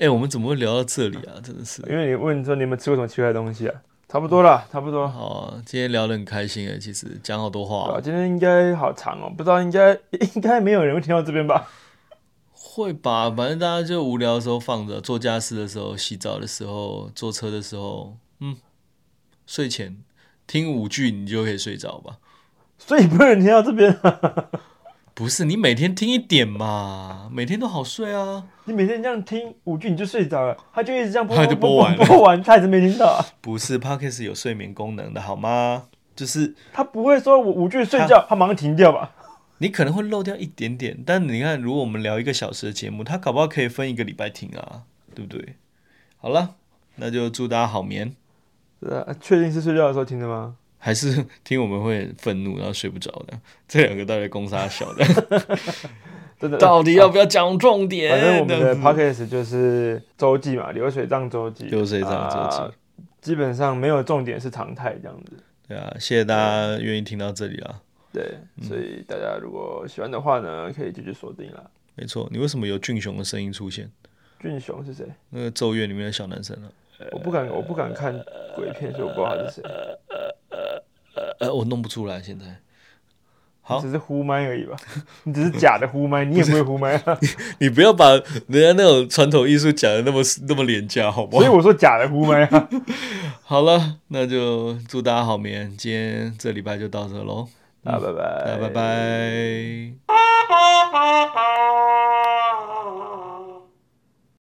Speaker 1: 哎、我们怎么会聊到这里啊？真的是。
Speaker 2: 因为你问说你们吃过什么奇怪的东西啊？差不多了，差不多。
Speaker 1: 好啊，今天聊得很开心哎，其实讲好多话
Speaker 2: 啊，
Speaker 1: 啊，
Speaker 2: 今天应该好长哦，不知道应该应该没有人会听到这边吧？
Speaker 1: 会吧？反正大家就无聊的时候放着，做家事的时候、洗澡的时候、坐车的时候，嗯，睡前听五句你就可以睡着吧？
Speaker 2: 所以不会有人听到这边啊！
Speaker 1: 不是，你每天听一点嘛，每天都好睡啊。
Speaker 2: 你每天这样听五句你就睡着了，他就一直这样播，
Speaker 1: 他就
Speaker 2: 播
Speaker 1: 播完了
Speaker 2: 播完他还是没听到啊。
Speaker 1: 不是 p o d c a s t 有睡眠功能的好吗？就是
Speaker 2: 他不会说我五句睡觉，他马上停掉吧？
Speaker 1: 你可能会漏掉一点点，但你看，如果我们聊一个小时的节目，它搞不好可以分一个礼拜听啊，对不对？好了，那就祝大家好眠，
Speaker 2: 是啊，确定是睡觉的时候听的吗？
Speaker 1: 还是听我们会很愤怒然后睡不着的，这两个到底攻 杀小的，
Speaker 2: 真的，
Speaker 1: 到底要不要讲重点？
Speaker 2: 反正我们
Speaker 1: 这样
Speaker 2: 的
Speaker 1: 子
Speaker 2: podcast 就是周记嘛，流水账周记，
Speaker 1: 流水账周记
Speaker 2: 啊基本上没有重点是常态这样子。
Speaker 1: 对啊，谢谢大家愿意听到这里啊，
Speaker 2: 对，所以大家如果喜欢的话呢，可以继续锁定啦。
Speaker 1: 没错，你为什么有俊雄的声音出现？
Speaker 2: 俊雄是谁？
Speaker 1: 那个《咒怨》里面的小男生啊，
Speaker 2: 我不敢，我不敢看鬼片，所以我不知道他是谁。
Speaker 1: 呃，我弄不出来现在。好
Speaker 2: 只是呼麦而已 吧，你只是假的呼麦，你也不会呼麦啊。
Speaker 1: 你不要把人家那种传统艺术讲的那么那么廉价，好不好
Speaker 2: 所以？我说假的呼麦 啊。
Speaker 1: 好了，那就祝大家好眠。今天这礼拜就到这喽，
Speaker 2: 那拜拜，
Speaker 1: 大家拜拜。
Speaker 3: Thank you.